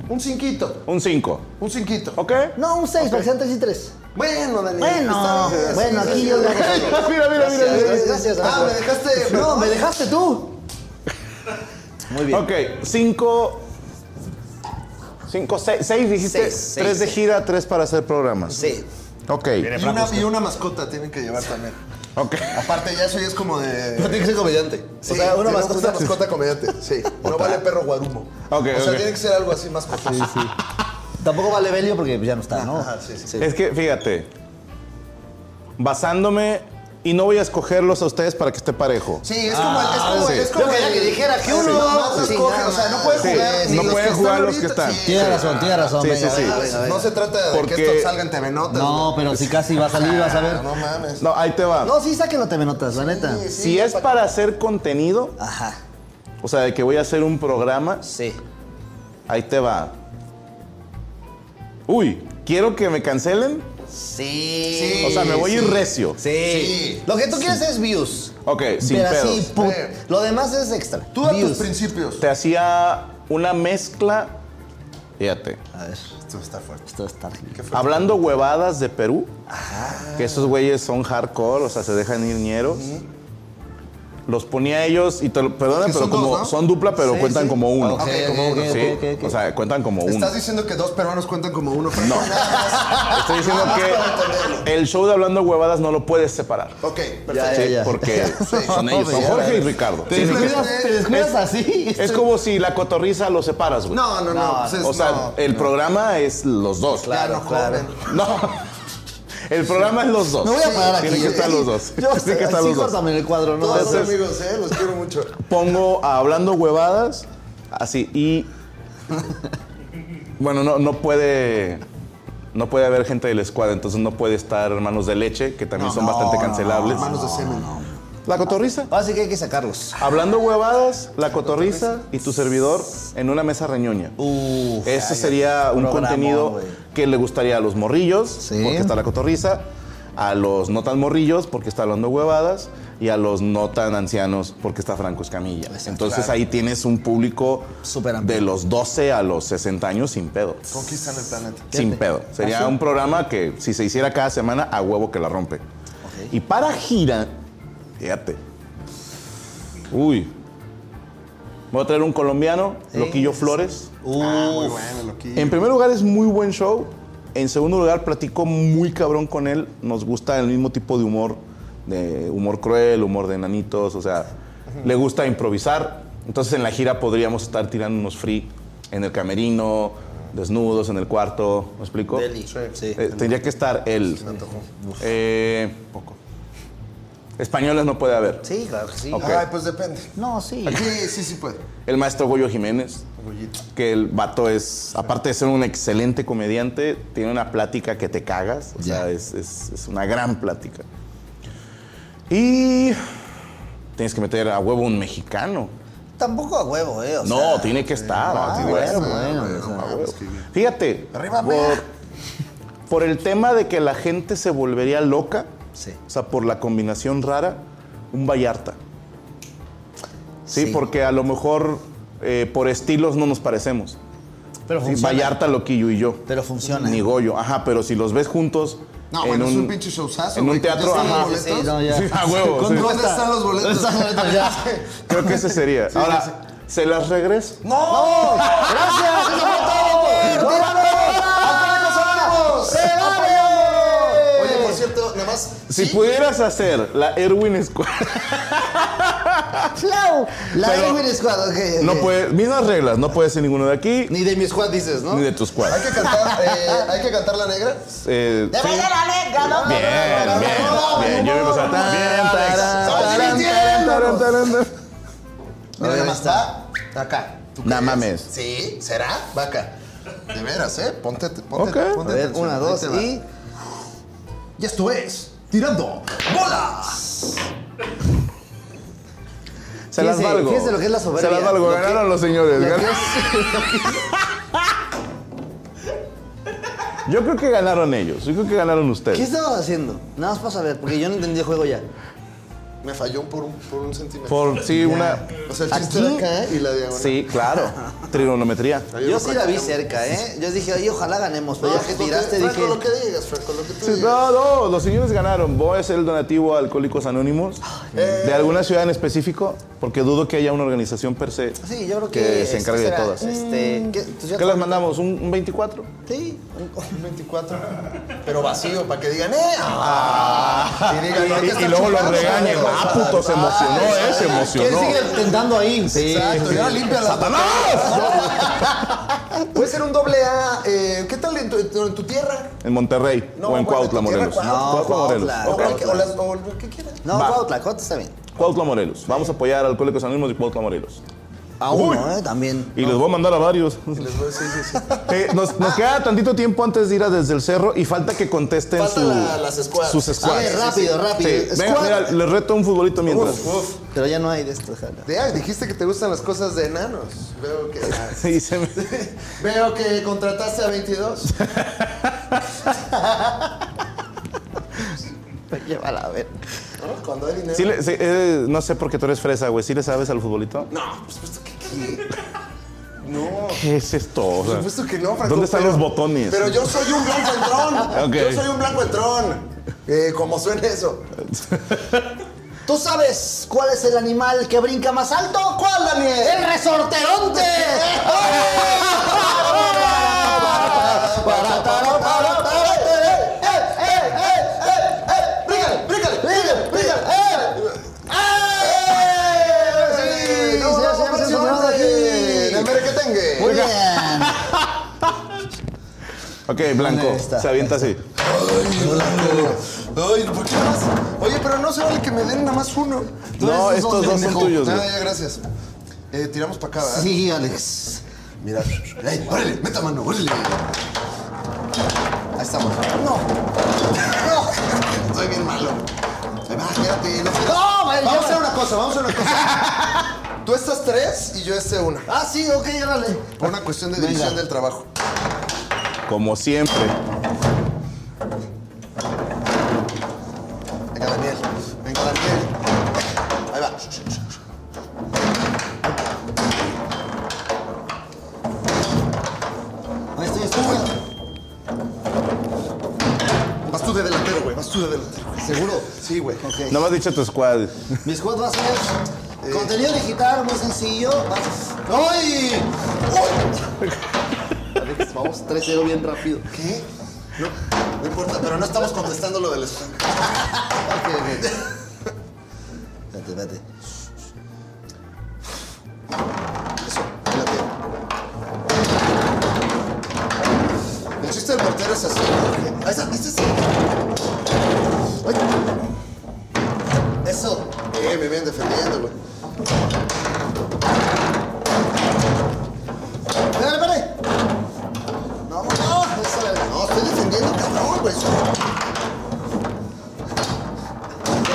S1: un cinquito?
S2: Un cinco.
S1: Un cinquito.
S2: ¿Ok?
S3: No, un 6, para que sean 3 y 3.
S1: Bueno, Daniel.
S3: Bueno,
S1: está bien.
S3: bueno, aquí
S1: [laughs]
S3: yo...
S2: [laughs] mira, mira, mira,
S3: Gracias,
S2: mira.
S3: gracias, gracias.
S1: Ah,
S3: Franco.
S1: me dejaste-
S3: No, me dejaste tú. Muy bien.
S2: Ok, cinco. Cinco, seis, seis dijiste.
S3: Seis, seis.
S2: tres de gira, tres para hacer programas.
S3: Sí.
S2: Ok.
S1: Y una, y una mascota tienen que llevar también.
S2: Ok.
S1: Aparte, ya eso ya es como de.
S3: Pero tiene que ser comediante.
S1: Sí,
S3: o sea, una
S1: tiene-
S3: mascota.
S1: Una mascota comediante, sí. No vale perro guarumo.
S2: Ok,
S1: o sea,
S2: ok.
S1: tiene que ser algo así más costoso.
S3: Tampoco vale Belio porque pues, ya
S2: Ah,
S3: no está, ¿no?
S1: Ajá, sí, sí.
S2: Es que, fíjate. Basándome. Y no voy a escogerlos a ustedes para que esté parejo.
S1: Sí, es como el. Es como,
S2: Ah, sí.
S1: el- es como
S3: Yo quería
S1: el-
S3: que dijera que uno- pues,
S1: nomás los
S3: Sí,
S1: coge,
S3: nada
S1: o sea, no
S3: más.
S1: puede
S2: Sí,
S1: jugar. ni
S2: no pueden
S1: que
S2: jugar los que están.
S1: Sí, Ah, pues,
S3: Tiene razón, tiene razón.
S2: Sí,
S3: venga,
S2: sí,
S3: venga,
S2: sí.
S3: venga, venga.
S1: No se trata de que
S2: Porque-
S1: esto salga en TV Notas.
S3: No, pero si casi va a salir, vas a
S1: güey.
S3: ver.
S1: No mames.
S2: No, ahí te va.
S3: No, sí, sáquenlo, te me notas, la neta.
S1: Sí, sí.
S2: si es para hacer contenido,
S3: Ajá,
S2: o sea, de que voy a hacer un programa,
S3: sí.
S2: ahí te va. Uy, quiero que me cancelen.
S3: Sí.
S2: O sea, me voy a ir
S1: sí.
S2: recio.
S3: Sí.
S1: Sí.
S3: Lo que tú quieres es views.
S2: Ok, sin
S3: pero
S2: pedos.
S3: así, put-
S1: Sí.
S3: Lo demás es extra.
S1: Tú a tus
S3: Views.
S1: principios.
S2: Te hacía una mezcla. Fíjate.
S3: A ver,
S1: Esto está fuerte.
S3: esto está.
S2: Hablando huevadas de Perú, que esos güeyes son hardcore, o sea, se dejan ir ñeros. Los ponía a ellos y te lo, perdona,
S1: Que
S2: pero
S1: son
S2: como
S1: dos, ¿no?
S2: son dupla, pero
S3: Sí,
S2: cuentan
S3: sí.
S2: como uno.
S3: Ok, ok,
S1: como uno,
S3: ok,
S2: Sí,
S3: ok, ok.
S2: o sea, cuentan como uno.
S1: Estás diciendo que dos peruanos cuentan como uno.
S2: No. Estoy diciendo que el show de Hablando Huevadas no lo puedes separar.
S1: [laughs] Ok, perfecto.
S3: Ya, ya,
S2: Sí,
S3: ya. [laughs] pues
S2: Porque son ellos, son
S3: Ya,
S2: Jorge
S3: ya.
S2: y Ricardo.
S1: Te
S2: Sí,
S1: influye-
S2: sí,
S3: ¿Te descuidas
S2: Es-
S3: así?
S2: sí. Es como si la cotorriza lo separas, güey.
S1: No, no, no.
S3: No,
S1: pues es-
S2: O sea, eh,
S1: no.
S2: el programa es los dos.
S1: Ya no
S3: claro.
S1: joden.
S2: No. El programa es los dos.
S3: Me voy a parar aquí.
S2: Tienen que estar los dos.
S3: [laughs] Yo
S2: Tienen que estar
S3: así
S2: los dos.
S3: córtame en el cuadro, ¿no?
S1: Todos son
S2: Entonces-
S1: amigos, ¿eh? Los quiero mucho.
S2: Pongo a hablando huevadas, así, y. Bueno, no, no puede. No puede haber gente del squad, entonces no puede estar hermanos de leche, que también son bastante cancelables.
S1: Hermanos de semen.
S2: La cotorriza.
S3: Ahora sí que hay que sacarlos.
S2: Hablando huevadas, la cotorriza y tu servidor en una mesa reñoña.
S3: Uf,
S2: Ese sería un
S3: Programón,
S2: contenido
S3: güey.
S2: que le gustaría a los morrillos,
S3: Sí.
S2: porque está la cotorriza, a los no tan morrillos, porque está hablando huevadas, y a los no tan ancianos porque está Franco Escamilla.
S3: Exacto.
S2: Entonces ahí tienes un público
S3: Pues, Súper amplio.
S2: de los 12 a los 60 años sin pedo.
S1: Conquistan el planeta.
S2: Sin pedo. Sería
S3: Así.
S2: un programa que si se hiciera cada semana, a huevo que la rompe. Y para gira, fíjate. Uy. Voy a traer un colombiano, Loquillo Flores.
S1: Ah, muy bueno, loquillo.
S2: En primer lugar, es muy buen show. En segundo lugar, platico muy cabrón con él. Nos gusta el mismo tipo de humor, de humor cruel, humor de enanitos, o sea, le gusta improvisar. Entonces, en la gira podríamos estar tirando unos free en el camerino, desnudos, en el cuarto, ¿me explico?
S3: Deli. Sí.
S2: Eh, tendría que estar él. Eh, Españoles no puede haber.
S3: Sí, claro que sí.
S2: Ok.
S1: Ay, pues depende.
S3: No, sí.
S1: Aquí sí, sí puede.
S2: El maestro Goyo Jiménez. que el vato es, aparte de ser un excelente comediante, tiene una plática que te cagas. O sea, es, es- es una gran plática. Y tienes que meter a huevo un mexicano.
S3: Tampoco a huevo, ¿eh? O
S2: no,
S3: sea,
S2: tiene que estar.
S3: ah,
S2: a
S3: tiene que
S2: huevo,
S3: estar,
S2: bueno,
S3: güey, no
S2: a
S3: mames,
S2: huevo. Fíjate,
S1: Arriba,
S2: por, por el tema de que la gente se volvería loca,
S3: Sí.
S2: o sea, por la combinación rara, un Vallarta. Sí,
S3: Sí.
S2: porque a lo mejor eh, por estilos no nos parecemos.
S3: Pero
S2: Sí,
S3: funciona.
S2: Vallarta, Loquillo y yo.
S3: Pero funciona.
S2: Ni Goyo. Ajá, pero si los ves juntos.
S1: No, bueno, es un pinche showzazo,
S2: En
S1: güey,
S2: un
S1: que ya
S2: teatro,
S1: están los
S2: ajá.
S1: boletos.
S3: Sí, no, ya.
S2: [laughs] Sí, a huevo,
S3: ¿Cuánto
S2: sí.
S1: ¿Dónde
S3: cuesta?
S1: están los boletos?
S3: ¿Dónde están los boletos? [laughs] Ya.
S2: Creo que ese sería. Ahora,
S1: sí,
S2: ¿se las regreso?
S3: ¡No! ¡Gracias! ¡Eso fue todo! ¡No,
S1: Oye, por cierto, nada más.
S2: Si
S1: sí,
S2: pudieras hacer la Erwin Squad,
S3: ¡Claro! La
S2: Pero-
S3: Irwin Squad, ok. ok.
S2: no puede, mismas reglas, no puede ser ninguno de aquí
S1: Ni de mi squad dices, ¿no?
S2: ni de tus
S1: Hay
S2: cuadros.
S1: que cantar, eh, hay que cantar la negra.
S2: Eh, sí.
S3: ¿no?
S2: Bien, bien, bien. Yo me pasaba tan bien.
S1: Estamos divirtiéndonos. Mira,
S3: Ahí
S1: nada más va acá. ¿Tú
S2: Nah,
S1: crees?
S2: mames.
S1: Sí, será, va acá. De veras, ¿eh? Ponte, ponte,
S2: Ok.
S1: ponte
S3: A ver,
S1: atención.
S3: una,
S1: Ahí
S3: dos
S1: te va.
S3: y...
S1: Y esto es Tirando Bolas.
S2: Se las
S3: Fíjense-
S2: valgo.
S3: fíjense lo que es la soberbia.
S2: Se las valgo.
S3: Lo que-
S2: Ganaron los señores.
S3: Lo que
S2: ganaron. Yo creo que ganaron ellos. Yo creo que ganaron ustedes.
S3: ¿Qué estabas haciendo? Nada más para saber, porque yo no entendí el juego ya.
S1: Me falló por un, por un centímetro.
S2: Por sí, una.
S1: o sea, el chiste era acá y la diagonal.
S2: Sí, claro. Trigonometría.
S1: Ahí
S3: Yo
S1: lo Ah,
S3: sí la vi
S1: sacamos.
S3: cerca, ¿eh? Yo dije, oye, ojalá ganemos, pero
S1: No,
S3: ya que
S1: lo que-
S3: tiraste
S1: Franco,
S3: dije...
S1: lo que digas, Franco, lo que tú digas.
S2: No, no, los señores ganaron. Voy a hacer el donativo a Alcohólicos Anónimos
S3: eh.
S2: de alguna ciudad en específico, porque dudo que haya una organización per se
S3: Sí, yo creo que...
S2: se
S3: este,
S2: encargue de
S3: será,
S2: todas.
S3: Este, ¿qué, Pues ya-
S2: ¿Qué las mandamos? ¿Un, un 24?
S3: Sí.
S1: Un 24, pero vacío, para que digan, ¡eh! ah". Y digan, "No, hay que
S2: Y, y
S1: estar
S2: luego los
S1: chupando,
S2: regañen.
S1: ¿no?
S2: Ah, puto, se emocionó, ¿eh? Se
S3: ¿Quién
S2: emocionó.
S3: sigue tentando ahí? Sí.
S1: Exacto, ya limpia las
S3: [laughs]
S1: Puede ser un doble A. eh, ¿Qué tal en tu, en tu tierra?
S2: En Monterrey
S1: No,
S2: o en
S1: bueno,
S2: Cuautla,
S1: tu tierra,
S2: Morelos.
S1: Cuautla.
S3: No,
S2: Morelos.
S3: Cuautla.
S1: O,
S2: Cuautla.
S1: cualquier- o las- o lo que quieras.
S3: No,
S2: Va.
S3: Cuautla, Cuautla está bien.
S2: Cuautla, Morelos. Vamos a apoyar a Alcohólicos Anónimos y Cuautla, Morelos.
S3: A uno, ¿eh? También.
S2: Y les voy a mandar a varios.
S1: [laughs] Les voy a decir, sí, sí.
S2: [laughs] Eh, nos, nos queda tantito tiempo antes de ir a desde el cerro y falta que contesten
S1: Falta
S2: su-
S1: la- las squads.
S2: sus
S3: A
S2: squads.
S3: ver, rápido, rápido.
S2: Sí, venga,
S3: Squad.
S2: mira, les reto un futbolito mientras.
S1: Uf, uf.
S3: Pero ya no hay de esto, jala.
S1: Ya, dijiste que te gustan las cosas de enanos. Veo que,
S2: [laughs] Sí, se me-
S1: [laughs] veo que contrataste a 22.
S2: [laughs]
S3: Pues Llévala, a ver.
S1: ¿no? Cuando hay dinero.
S2: Sí le- sí, eh, no sé por qué tú eres fresa, güey. ¿Sí le sabes al futbolito?
S1: No, por supuesto que qué. No.
S2: ¿Qué es esto? O
S1: Por
S2: sea,
S1: supuesto que no, Franco.
S2: ¿Dónde están
S1: pero-
S2: los botones?
S1: pues, Pero yo soy un blanco
S2: [laughs]
S1: entrón.
S2: Ok.
S1: Yo soy un blanco entrón. Eh, como suena eso.
S3: ¿Tú sabes cuál es el animal que brinca más alto? ¿Cuál, Daniel? ¡El resorteronte! eh,
S1: ¡Brígale, brígale, brígale, brígale!
S3: Sí,
S1: ¡Eh!
S3: sí, sí, sí, sí, sí.
S1: ¡En América Tengue!
S3: [laughs] Muy bien.
S2: Ok, Blanco,
S3: ¿Dónde está?
S2: se avienta así.
S1: Ay, ¿por qué más? Oye, pero no se vale que me den nada más uno.
S2: No,
S3: esos
S2: estos
S3: dos,
S2: dos son
S3: pendejo.
S2: tuyos,
S1: Ah,
S2: güey.
S1: ya, gracias. Eh, tiramos para acá, ¿verdad?
S3: Sí, Alex.
S1: Mira, ey, órale, meta mano, órale. Ahí estamos. No, no, soy bien malo. Ahí va, espérate. No,
S3: No, güey,
S1: vamos a
S3: ya-
S1: hacer una cosa, vamos a hacer una cosa.
S3: [laughs]
S1: Tú estás tres y yo esté una.
S3: Ah, sí, ok, órale.
S1: Por una cuestión de
S3: Venga.
S1: división del trabajo.
S2: Como siempre.
S1: Venga, Daniel. Venga, Daniel. Vas tú de delantero, güey. Vas tú de delantero, güey.
S3: ¿Seguro?
S1: Sí, güey. Eh.
S3: Ok.
S2: No me has dicho tu squad.
S3: Mi squad va a ser contenido digital, muy sencillo. Vas-
S1: ¡Ay! ¡Uy!
S3: Alex, Vamos 3-0 bien rápido.
S1: ¿Qué? No, no importa, pero no estamos contestando lo del spam.
S3: Ok,
S1: [laughs]
S3: ok. Espérate, espérate.
S1: Eso, ahí la tiene. El chiste del portero es así. Ahí está, este es. Ay. Eso. Bien, bien, bien, defendiéndolo.
S3: ¡Espérate, espérate!
S1: No, no, eso era- no, estoy defendiendo, cabrón, güey.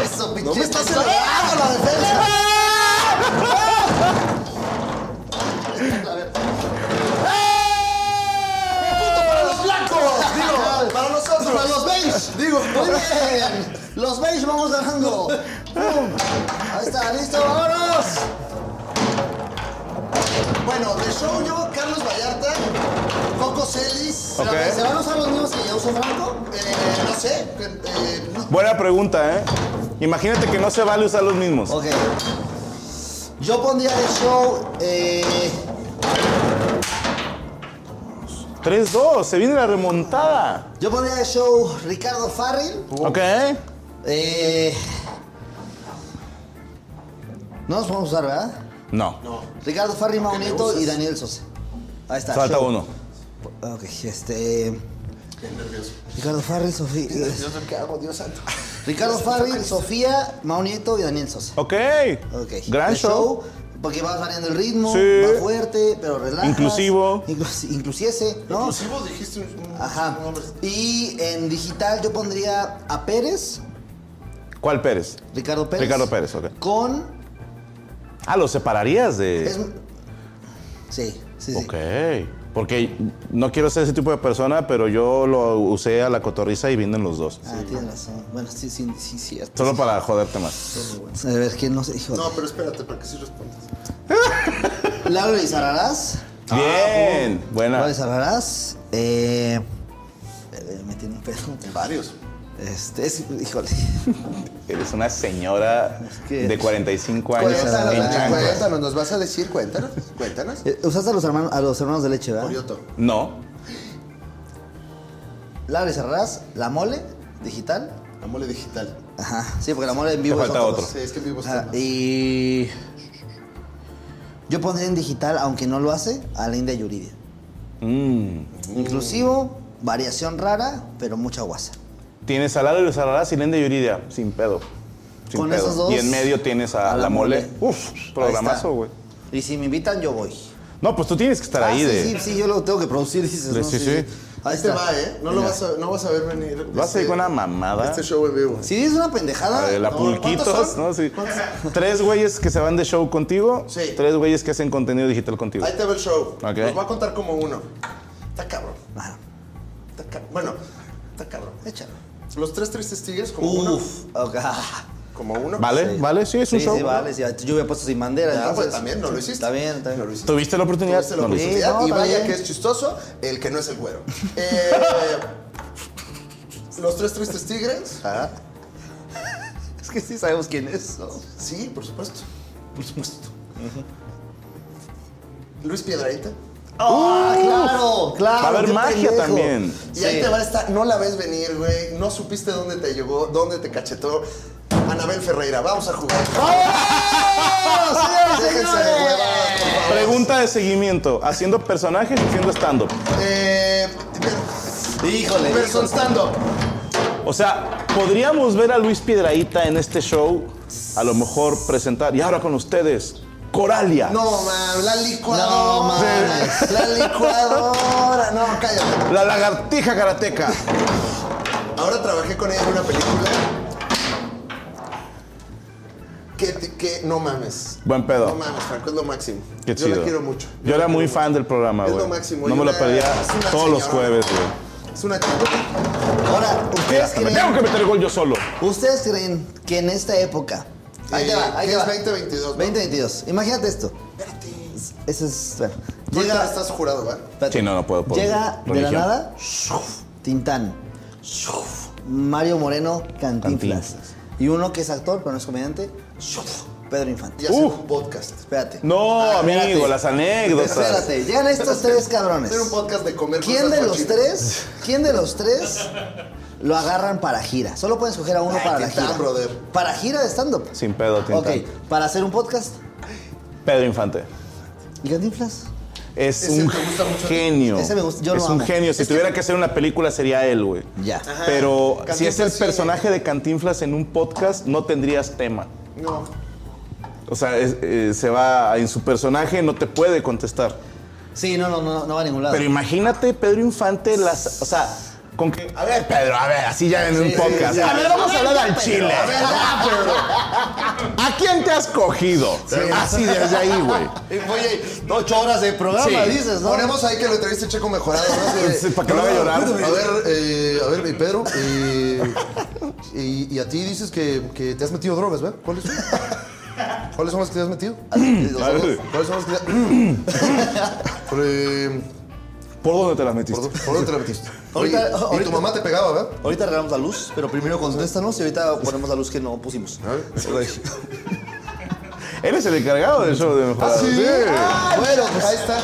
S3: Eso,
S1: No
S3: pinche.
S1: me estás elevando la defensa. ¡Punto para los blancos! Digo, para nosotros.
S3: Para los beige.
S1: Digo,
S3: Muy bien. Los beige vamos ganando. ¡Pum! Ahí está, listo, vámonos.
S1: Bueno, de show yo, Carlos Vallarta, Coco Celis.
S2: Ok.
S3: Espérame, ¿Se van a usar los mismos que ya usó Franco?
S1: Eh, no sé, eh, no-
S2: Buena pregunta, ¿eh? Imagínate que no se vale usar los mismos.
S3: Ok. Yo pondría de show. Eh,
S2: 3-2, se viene la remontada.
S3: yo pondría de show Ricardo Farril.
S2: Ok.
S3: Eh, no nos podemos usar, ¿verdad?
S2: No,
S3: Ricardo Farri, Maunito y Daniel Sosa. Ahí está.
S2: falta
S3: show.
S2: uno.
S3: Ok, este. Ricardo Farri, Sofía.
S1: Dios mío, ¿qué hago? Dios santo.
S3: Ricardo Farri, Sofía, Maunito y Daniel Sosa.
S2: Ok.
S3: Ok.
S2: Gran
S3: El
S2: show.
S3: Porque vas variando el ritmo,
S2: Sí.
S3: va fuerte, pero relajas.
S2: Inclusivo.
S3: Inclus- inclusiese, ¿no?
S1: Inclusivo dijiste un- un-
S3: Ajá.
S1: un nombre.
S3: Y en digital yo pondría a Pérez,
S2: ¿Cuál Pérez?
S3: Ricardo Pérez.
S2: Ricardo Pérez, ok.
S3: Con.
S2: Ah, lo separarías de.
S3: es- sí, sí, sí.
S2: Ok. Porque no quiero ser ese tipo de persona, pero yo lo usé a la cotorriza y vienen los dos.
S3: Ah, tienes razón. Bueno, sí, sí, sí, cierto.
S2: Solo para joderte más.
S3: A ver, ¿quién no se dijo?
S1: No, pero espérate, para que sí respondas.
S3: Laura Lizarrarás.
S2: Bien. Buena.
S3: Laura Lizarrarás. Eh, eh, me tiene un pedo.
S1: Varios.
S3: Este, es, híjole. [laughs]
S2: Eres una señora
S3: que-
S2: de 45 años.
S1: Cuéntanos,
S2: en
S3: Lizarrarás.
S1: Nacho,
S2: chanclas.
S1: cuéntanos, nos vas a decir, cuéntanos, cuéntanos.
S3: Eh, Usaste a los hermanos, a los hermanos de leche, ¿verdad?
S1: Orioto.
S2: No.
S3: Laura Lizarrarás, La Mole, digital.
S1: La mole digital.
S3: Ajá. Sí, porque La Mole en vivo
S2: Te
S3: es
S2: falta
S3: otro.
S2: otro.
S1: Sí, es que vivo
S3: Ajá,
S1: está.
S3: y. Yo pondría en digital, aunque no lo hace, a la India Yuridia.
S2: Mm.
S3: Inclusivo, variación rara, pero mucha guasa.
S2: Tienes a Lalo y Sararás y Lende y Yuridia. Sin pedo. Sin
S3: Con
S2: pedo.
S3: esos dos,
S2: Y en medio tienes a,
S3: a la
S2: la mole.
S3: Mole.
S2: Uf, programazo, güey.
S3: Y si me invitan, yo voy.
S2: No, pues tú tienes que estar
S3: Ah,
S2: ahí
S3: sí,
S2: de.
S3: sí, sí, yo lo tengo que producir, dices.
S2: De-
S3: ¿no?
S2: sí, sí.
S3: Ahí
S1: Este
S3: está.
S1: va, ¿eh? No lo vas a, no vas a ver venir.
S2: Lo hace
S1: este-
S2: con una
S3: ¿eh?
S2: mamada.
S1: Este show en vivo.
S3: Si dices una pendejada,
S2: De la
S1: No, ¿cuántos
S2: pulquitos,
S1: son?
S2: ¿no? Sí. Tres güeyes que se van de show contigo.
S1: Sí.
S2: Tres güeyes que hacen contenido digital contigo.
S1: Ahí te va el show.
S2: Ok.
S1: Nos va a contar como uno. Está cabrón.
S3: Ajá,
S1: Está cabrón. Bueno, está cabrón.
S3: échalo.
S1: Los tres tristes tigres como uno.
S3: Uf, ok.
S1: Como uno.
S2: ¿Vale? ¿Vale? Sí, es un
S3: Sí,
S2: show.
S3: sí, vale, sí, yo hubiera puesto sin bandera.
S1: Ya,
S3: entonces,
S1: pues, también no lo hiciste.
S3: Está bien, está
S1: No lo
S3: bien.
S1: hiciste.
S2: ¿Tuviste la oportunidad?
S1: Tuviste la
S2: No lo hiciste.
S1: oportunidad
S3: Sí, no,
S1: y vaya
S3: también.
S1: que es chistoso el que no es el
S3: [laughs]
S1: güero. Eh, los tres tristes tigres.
S3: Ajá. Ah. Es que sí sabemos quién es. ¿no?
S1: Sí, por supuesto. Por supuesto. Luis Piedraíta.
S3: ¡Ah, claro! ¡Claro!
S2: Va a haber
S3: Ah, qué
S2: magia
S3: pendejo!
S2: también.
S1: Y
S3: Sí.
S1: ahí te va esta, no la ves venir, güey. No supiste dónde te llegó, dónde te cachetó. Anabel Ferreira, vamos a jugar. [laughs]
S3: ¡Vamos, señores,
S1: Déjense de
S3: señores!
S1: huevadas, por favor.
S2: Pregunta de seguimiento. ¿Haciendo personajes o haciendo stand-up?
S1: Eh,
S3: Híjole.
S1: person stand-up.
S2: O sea, podríamos ver a Luis Piedraíta en este show, a lo mejor presentar, y ahora con ustedes, Coralia.
S1: No, man, la licuadora.
S3: No, mames.
S1: La licuadora. No, cállate.
S2: La lagartija karateca.
S1: Ahora trabajé con ella en una película. Que, te- que no mames.
S2: Buen pedo.
S1: No mames, Franco, es lo máximo.
S2: Qué
S1: Yo
S2: chido.
S1: la quiero mucho.
S2: Yo
S1: la
S2: era
S1: quiero
S2: muy
S1: mucho.
S2: fan del programa,
S1: Es
S2: güey.
S1: lo máximo.
S2: No me
S1: Yo
S2: lo
S1: la-
S2: perdía
S1: es una
S2: todos los
S1: señora.
S2: jueves, güey.
S1: Es una chingona.
S3: Ahora, ¿ustedes
S2: Me tengo
S3: creen,
S2: que meter gol yo solo.
S3: ¿ustedes creen que en esta época... Ahí te va, ahí
S1: Eh, ¿qué
S3: te
S1: es
S3: va.
S1: 2022, no?
S3: 2022. Imagínate esto. Eso es... bueno,
S1: Tú
S3: llega-
S1: ya estás jurado, ¿va?
S3: Espérate.
S2: Sí, no, no puedo, por
S3: Llega de la
S2: religión.
S3: nada, Tintán. Mario Moreno Cantinflas.
S2: Cantinflas.
S3: Y uno que es actor, pero no es comediante, Pedro Infante.
S1: Y hacer
S2: Uf.
S1: un podcast.
S3: Espérate.
S2: No,
S3: Ah,
S2: amigo,
S3: espérate.
S2: las anécdotas.
S3: Espérate, llegan estos tres cabrones.
S1: Hacer un podcast de comer
S3: ¿Quién
S1: cosas
S3: de los
S1: cochinas.
S3: tres? ¿Quién de los tres lo agarran para gira? Solo pueden escoger a uno
S1: Ay,
S3: para
S1: Ah, qué
S3: la gira.
S1: tal, brother.
S3: Para gira de stand-up.
S2: Sin pedo, Tintán.
S3: Ok, para hacer un podcast.
S2: Pedro Infante.
S3: ¿Y Cantinflas?
S2: Es
S1: Ese
S2: un
S1: te gusta mucho.
S2: genio.
S3: Ese me gusta, yo
S2: es
S3: lo
S2: un
S3: amo.
S2: genio. Si tuviera que hacer una película sería él, güey.
S3: Ya.
S1: Ajá.
S2: Pero si
S1: Cantinflas
S2: es el
S1: sí.
S2: personaje de Cantinflas en un podcast, no tendrías tema.
S1: No.
S2: O sea, es- eh, se va en su personaje, no te puede contestar.
S3: Sí, no, no, no, no va a ningún lado.
S1: Ah.
S2: Pero imagínate Pedro Infante, las, o sea, con que... A ver, Pedro, a ver, así ya en un podcast.
S1: ya.
S2: A ver, vamos a hablar al chile.
S1: A ver, ya, Pedro.
S2: ¿A quién te has cogido? Así desde ahí, güey.
S1: Eh, Oye, ocho horas de programa,
S2: Sí.
S1: dices, ¿no? Ponemos ahí que lo entreviste Checo Mejorado, ¿no? Así de-
S2: Sí, para que lo haga llorar.
S1: A ver, eh, a ver, mi Pedro, eh, y, y a ti dices que, que te has metido drogas, ¿verdad? ¿Cuáles son? ¿Cuáles son las que te has metido? ¿Cuáles son las que te [clears throat] Por, eh,
S2: ¿Por dónde te las metiste?
S1: ¿Por, por dónde te la metiste? Oye,
S5: Ahorita-
S1: y tu
S5: ahorita-
S1: mamá te pegaba, ¿verdad?
S5: Ahorita arreglamos la luz, pero primero contéstanos y ahorita ponemos la luz que no pusimos.
S1: Ah,
S2: Eres el encargado del
S1: Ah,
S2: show de Mejorado.
S1: Bueno, pues ahí está.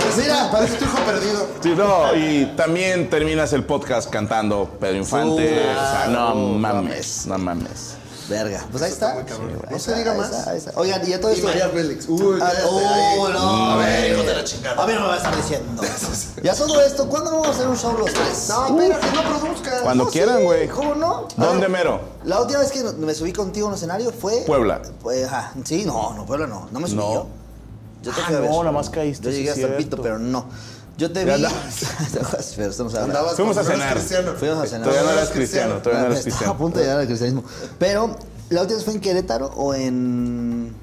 S1: Pues mira, parece tu hijo perdido.
S2: Sí, no, y también terminas el podcast cantando Pedro Infante. o sea, no mames, no mames.
S3: Verga. Pues ahí está.
S1: No se diga
S3: Ahí
S1: más.
S3: está, ahí está. Oigan, y a todo
S1: Y
S3: esto.
S1: María Félix. Uy,
S3: Ah,
S1: cállate, ahí.
S3: oh, no, a ver, hijo de la
S5: chingada.
S3: A mí no me vas a estar diciendo. Y a todo esto, ¿cuándo vamos a hacer un show los tres?
S1: No, espérate, no produzcas.
S2: Cuando
S3: No,
S2: quieran,
S3: sí,
S2: güey.
S3: ¿Cómo no?
S2: ¿Dónde
S3: A ver,
S2: mero?
S3: La última vez que me subí contigo a un escenario fue.
S2: Puebla.
S3: Pues, ajá. Sí, no, no, Puebla no. No me subí.
S2: No.
S3: Yo, yo te
S2: Ah,
S3: fui a ver.
S2: no, nada más caíste,
S3: Yo
S2: sí,
S3: llegué hasta el
S2: cierto.
S3: pito, pero no. Yo te vi.
S2: Ya
S3: [laughs] pero esto no se habla.
S1: Andabas
S2: Fuimos
S1: con-
S2: a
S1: no eres
S2: cenar.
S1: cristiano.
S3: Fuimos a cenar.
S2: Todavía no
S1: No
S2: eras
S1: eres
S2: cristiano,
S1: cristiano.
S2: todavía no eras
S3: Estaba a
S2: cristiano.
S3: punto de llegar al cristianismo. Pero, ¿la última vez fue en Querétaro o en.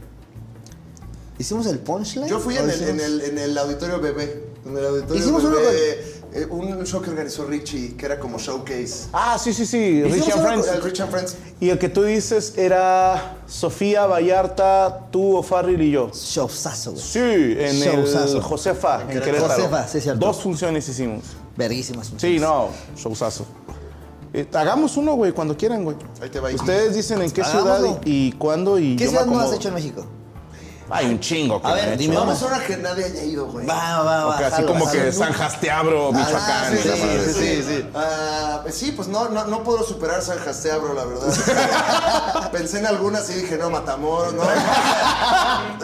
S3: ¿Hicimos el punchline?
S1: Yo fui
S3: ¿O
S1: en el,
S3: hicimos-
S1: en, el, en el auditorio bebé. En el auditorio
S3: Hicimos uno
S1: bebé. eh, un show que organizó Richie, que era como showcase.
S2: Ah, sí, sí, sí, Rich and
S1: Hicimos algo
S2: Friends.
S1: con el Rich and Friends.
S2: Y el que tú dices era Sofía Vallarta, tú, O'Farrill y yo.
S3: Showzazo, güey.
S2: Sí, en el
S3: Showzazo.
S2: Josefa, en Querétaro.
S3: Josefa, sí, cierto.
S2: Dos funciones hicimos.
S3: Verguísimas.
S2: Sí, no, showzazo. Eh, hagamos uno, güey, cuando quieran, güey.
S1: Ahí te va, hijo.
S2: Ustedes dicen en qué ciudad
S3: Hagámoslo.
S2: y, y cuándo y
S3: ¿Qué
S2: yo me
S3: ciudad no has
S2: acomodo.
S3: hecho en México?
S2: Hay un chingo que
S3: A
S2: me
S3: ver,
S2: han hecho.
S3: dime
S1: Vamos a una que nadie haya ido, güey.
S3: Va, va, va.
S2: Ok, así
S3: jalo,
S2: como
S3: jalo.
S2: que San Jasteabro, Michoacán.
S1: Ah, sí,
S2: esa madre.
S1: sí, sí, sí. Ah, pues sí, pues no, no, no puedo superar San Jasteabro, la verdad. Pensé en algunas y dije, no, Matamoros, no.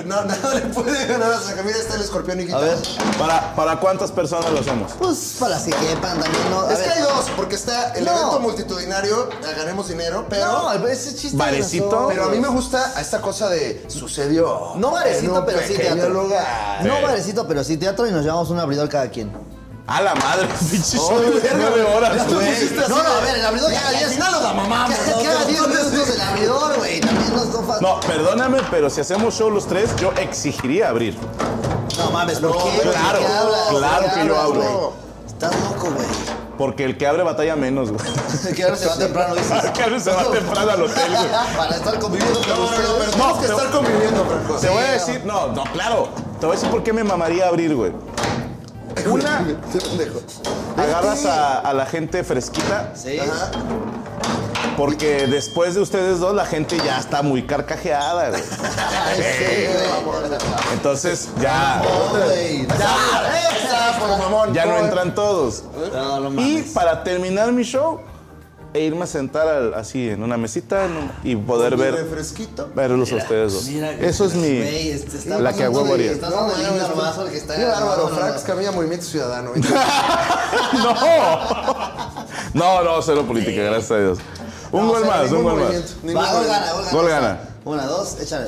S1: No, no le puede ganar a San Jasteabro. Mira, está el escorpión y
S3: A ver.
S2: ¿Para, ¿Para cuántas personas lo hacemos?
S3: Pues para las que quepan también, ¿no? A
S1: Es
S3: ver.
S1: que hay dos, porque está el
S3: No.
S1: evento multitudinario, ganemos dinero, pero.
S3: No, ese chiste.
S2: Barecito,
S3: de las
S1: Pero a mí me
S3: obras.
S1: gusta esta cosa de sucedió.
S3: No
S1: en
S3: barecito,
S1: un
S3: pero sí
S1: pequeño
S3: teatro.
S1: lugar.
S3: No
S2: Sí.
S3: barecito, pero sí teatro y nos llevamos un abridor cada quien.
S2: A la madre, [laughs] pinche show de nueve horas,
S1: Tú
S2: güey.
S1: pusiste así
S3: No, no,
S1: de-
S3: a ver, el abridor
S1: Y-
S3: cada
S1: y al
S3: 10
S1: final lo da mamá.
S3: Cada cada 10 minutos el abridor, güey. También nos no fa-
S2: No, perdóname, pero si hacemos show los tres, yo exigiría abrir.
S3: No mames, ¿por qué? güey?
S2: claro,
S3: ¿De qué hablas?
S2: claro
S3: ¿De qué
S2: que yo
S3: hablas,
S2: hablo.
S3: güey? Estás
S2: [laughs]
S3: loco, güey.
S2: Porque el que abre batalla menos, güey.
S3: [laughs] Que ahora se va
S2: El
S3: temprano, [laughs]
S2: que
S3: dices.
S2: abre se va temprano al hotel, güey.
S3: Para estar conviviendo con
S1: No, no, no, pero
S3: ustedes.
S1: tenemos que
S2: pero-
S1: estar conviviendo, Franco.
S2: Te voy a decir, no, no, claro. Te voy a decir por qué me mamaría abrir, güey.
S1: [laughs]
S2: Una,
S1: Te pendejo.
S2: agarras a, a la gente fresquita,
S3: Sí.
S1: Ajá.
S2: porque después de ustedes dos la gente ya está muy carcajeada,
S1: [laughs]
S2: güey. Eh,
S3: Ay, sí, güey.
S2: Entonces ya,
S3: Güey,
S1: Ya, eh, esa, por mamón.
S2: ya no
S1: Por-
S2: entran todos.
S3: No, no
S2: Y
S3: mames.
S2: para terminar mi show, e irme a sentar al- así en una mesita en un- y poder
S1: Con tu
S2: ver
S1: Refresquito.
S2: verlos a ustedes dos. Eso es mi
S3: Güey, este está
S2: la que a
S3: pasando
S2: huevo
S3: de-
S2: haría.
S3: Estás dando el
S1: mames,
S3: himno al vaso al que está
S1: Qué bárbaro,
S3: grabado, no,
S1: este Frax
S3: no.
S1: camina Movimiento
S3: [laughs]
S1: Ciudadano.
S2: No. No, no, cero política, gracias a Dios. Un
S1: No,
S2: gol
S1: o sea,
S2: más, un
S1: ningún
S2: gol
S1: movimiento,
S2: más.
S1: ningún
S3: Va, gol
S1: movimiento.
S3: gana, gol gana.
S2: Gol gana.
S3: Una, dos, échale.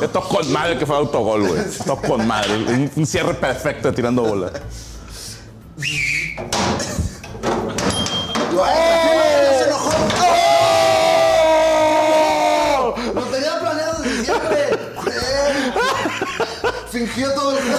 S2: Esto con madre que fue autogol,
S1: [laughs]
S2: güey. Esto con madre. Un, un cierre perfecto de tirando bola.
S1: ¡Ya se enojó!
S2: ¡Oh!
S3: Lo tenía planeado desde siempre.
S1: [laughs] Fingió todo
S3: [laughs]
S1: el juego.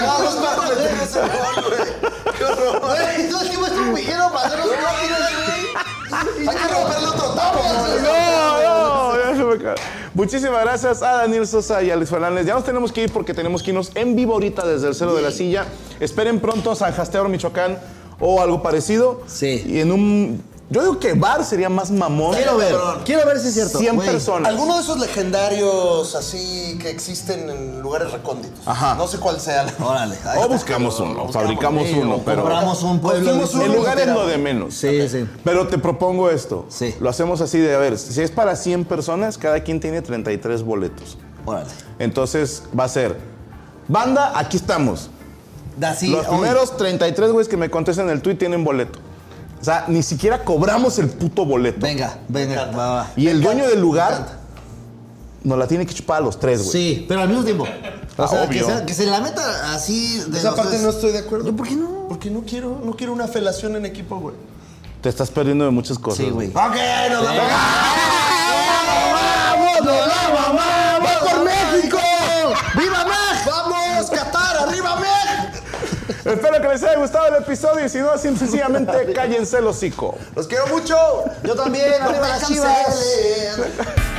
S3: No,
S1: Vamos
S3: no, no,
S1: para
S3: no,
S1: meter ese gol, güey. ¡Qué horror!
S3: Güey, tú hicimos un pijero para hacernos rápidos, güey.
S1: Hay que romperle otro tapo, güey.
S2: No, no, ya se me acabó. Muchísimas gracias a Daniel Sosa y Alex Fernández. Ya nos tenemos que ir porque tenemos que irnos en vivo ahorita desde el cero de la silla. Esperen pronto San Jasteador, Michoacán. o algo parecido.
S3: Sí.
S2: Y en un. Yo digo que bar sería más mamón.
S3: Quiero ver,
S1: cabrón.
S3: quiero ver si es cierto.
S2: 100
S3: güey.
S2: personas.
S1: Alguno de esos legendarios así que existen en lugares recónditos.
S2: Ajá.
S1: No sé cuál sea. la-
S3: Órale. ahí
S2: O
S3: está.
S2: buscamos uno, o fabricamos
S3: Sí,
S2: uno,
S3: o
S2: pero.
S3: Compramos un pueblo.
S1: Busquemos
S3: de-
S2: El lugar es lo de menos.
S3: Sí, sí.
S2: Pero te propongo esto.
S3: Sí.
S2: Lo hacemos así de, a ver, si es para 100 personas, cada quien tiene 33 boletos.
S3: Órale.
S2: Entonces va a ser, banda, aquí estamos.
S3: Da sí,
S2: Los
S3: hoy.
S2: primeros 33 güeyes que me contesten el tweet tienen boleto. O sea, ni siquiera cobramos el puto boleto.
S3: Venga, venga, va, va.
S2: Y el dueño del lugar nos la tiene que chupar a los tres, güey.
S3: Sí, pero al mismo tiempo.
S2: Ah,
S3: O sea, que,
S2: obvio.
S3: sea- que se la meta así. De
S1: Esa
S3: los
S1: parte
S3: tres.
S1: no estoy de acuerdo.
S3: ¿Por qué no?
S1: Porque no quiero, no quiero una felación en equipo, güey.
S2: Te estás perdiendo de muchas cosas.
S3: Sí, güey.
S1: Ok, no vamos.
S2: ¡Va por México!
S3: ¡Viva México!
S1: ¡Vamos, Qatar! ¡Arriba, México!
S2: Espero que les haya gustado el episodio y si no, sencillamente cállense el hocico.
S1: ¡Los quiero mucho!
S3: Yo también,
S1: ¡No
S3: arriba
S1: me
S3: las chivas.
S1: cancelen!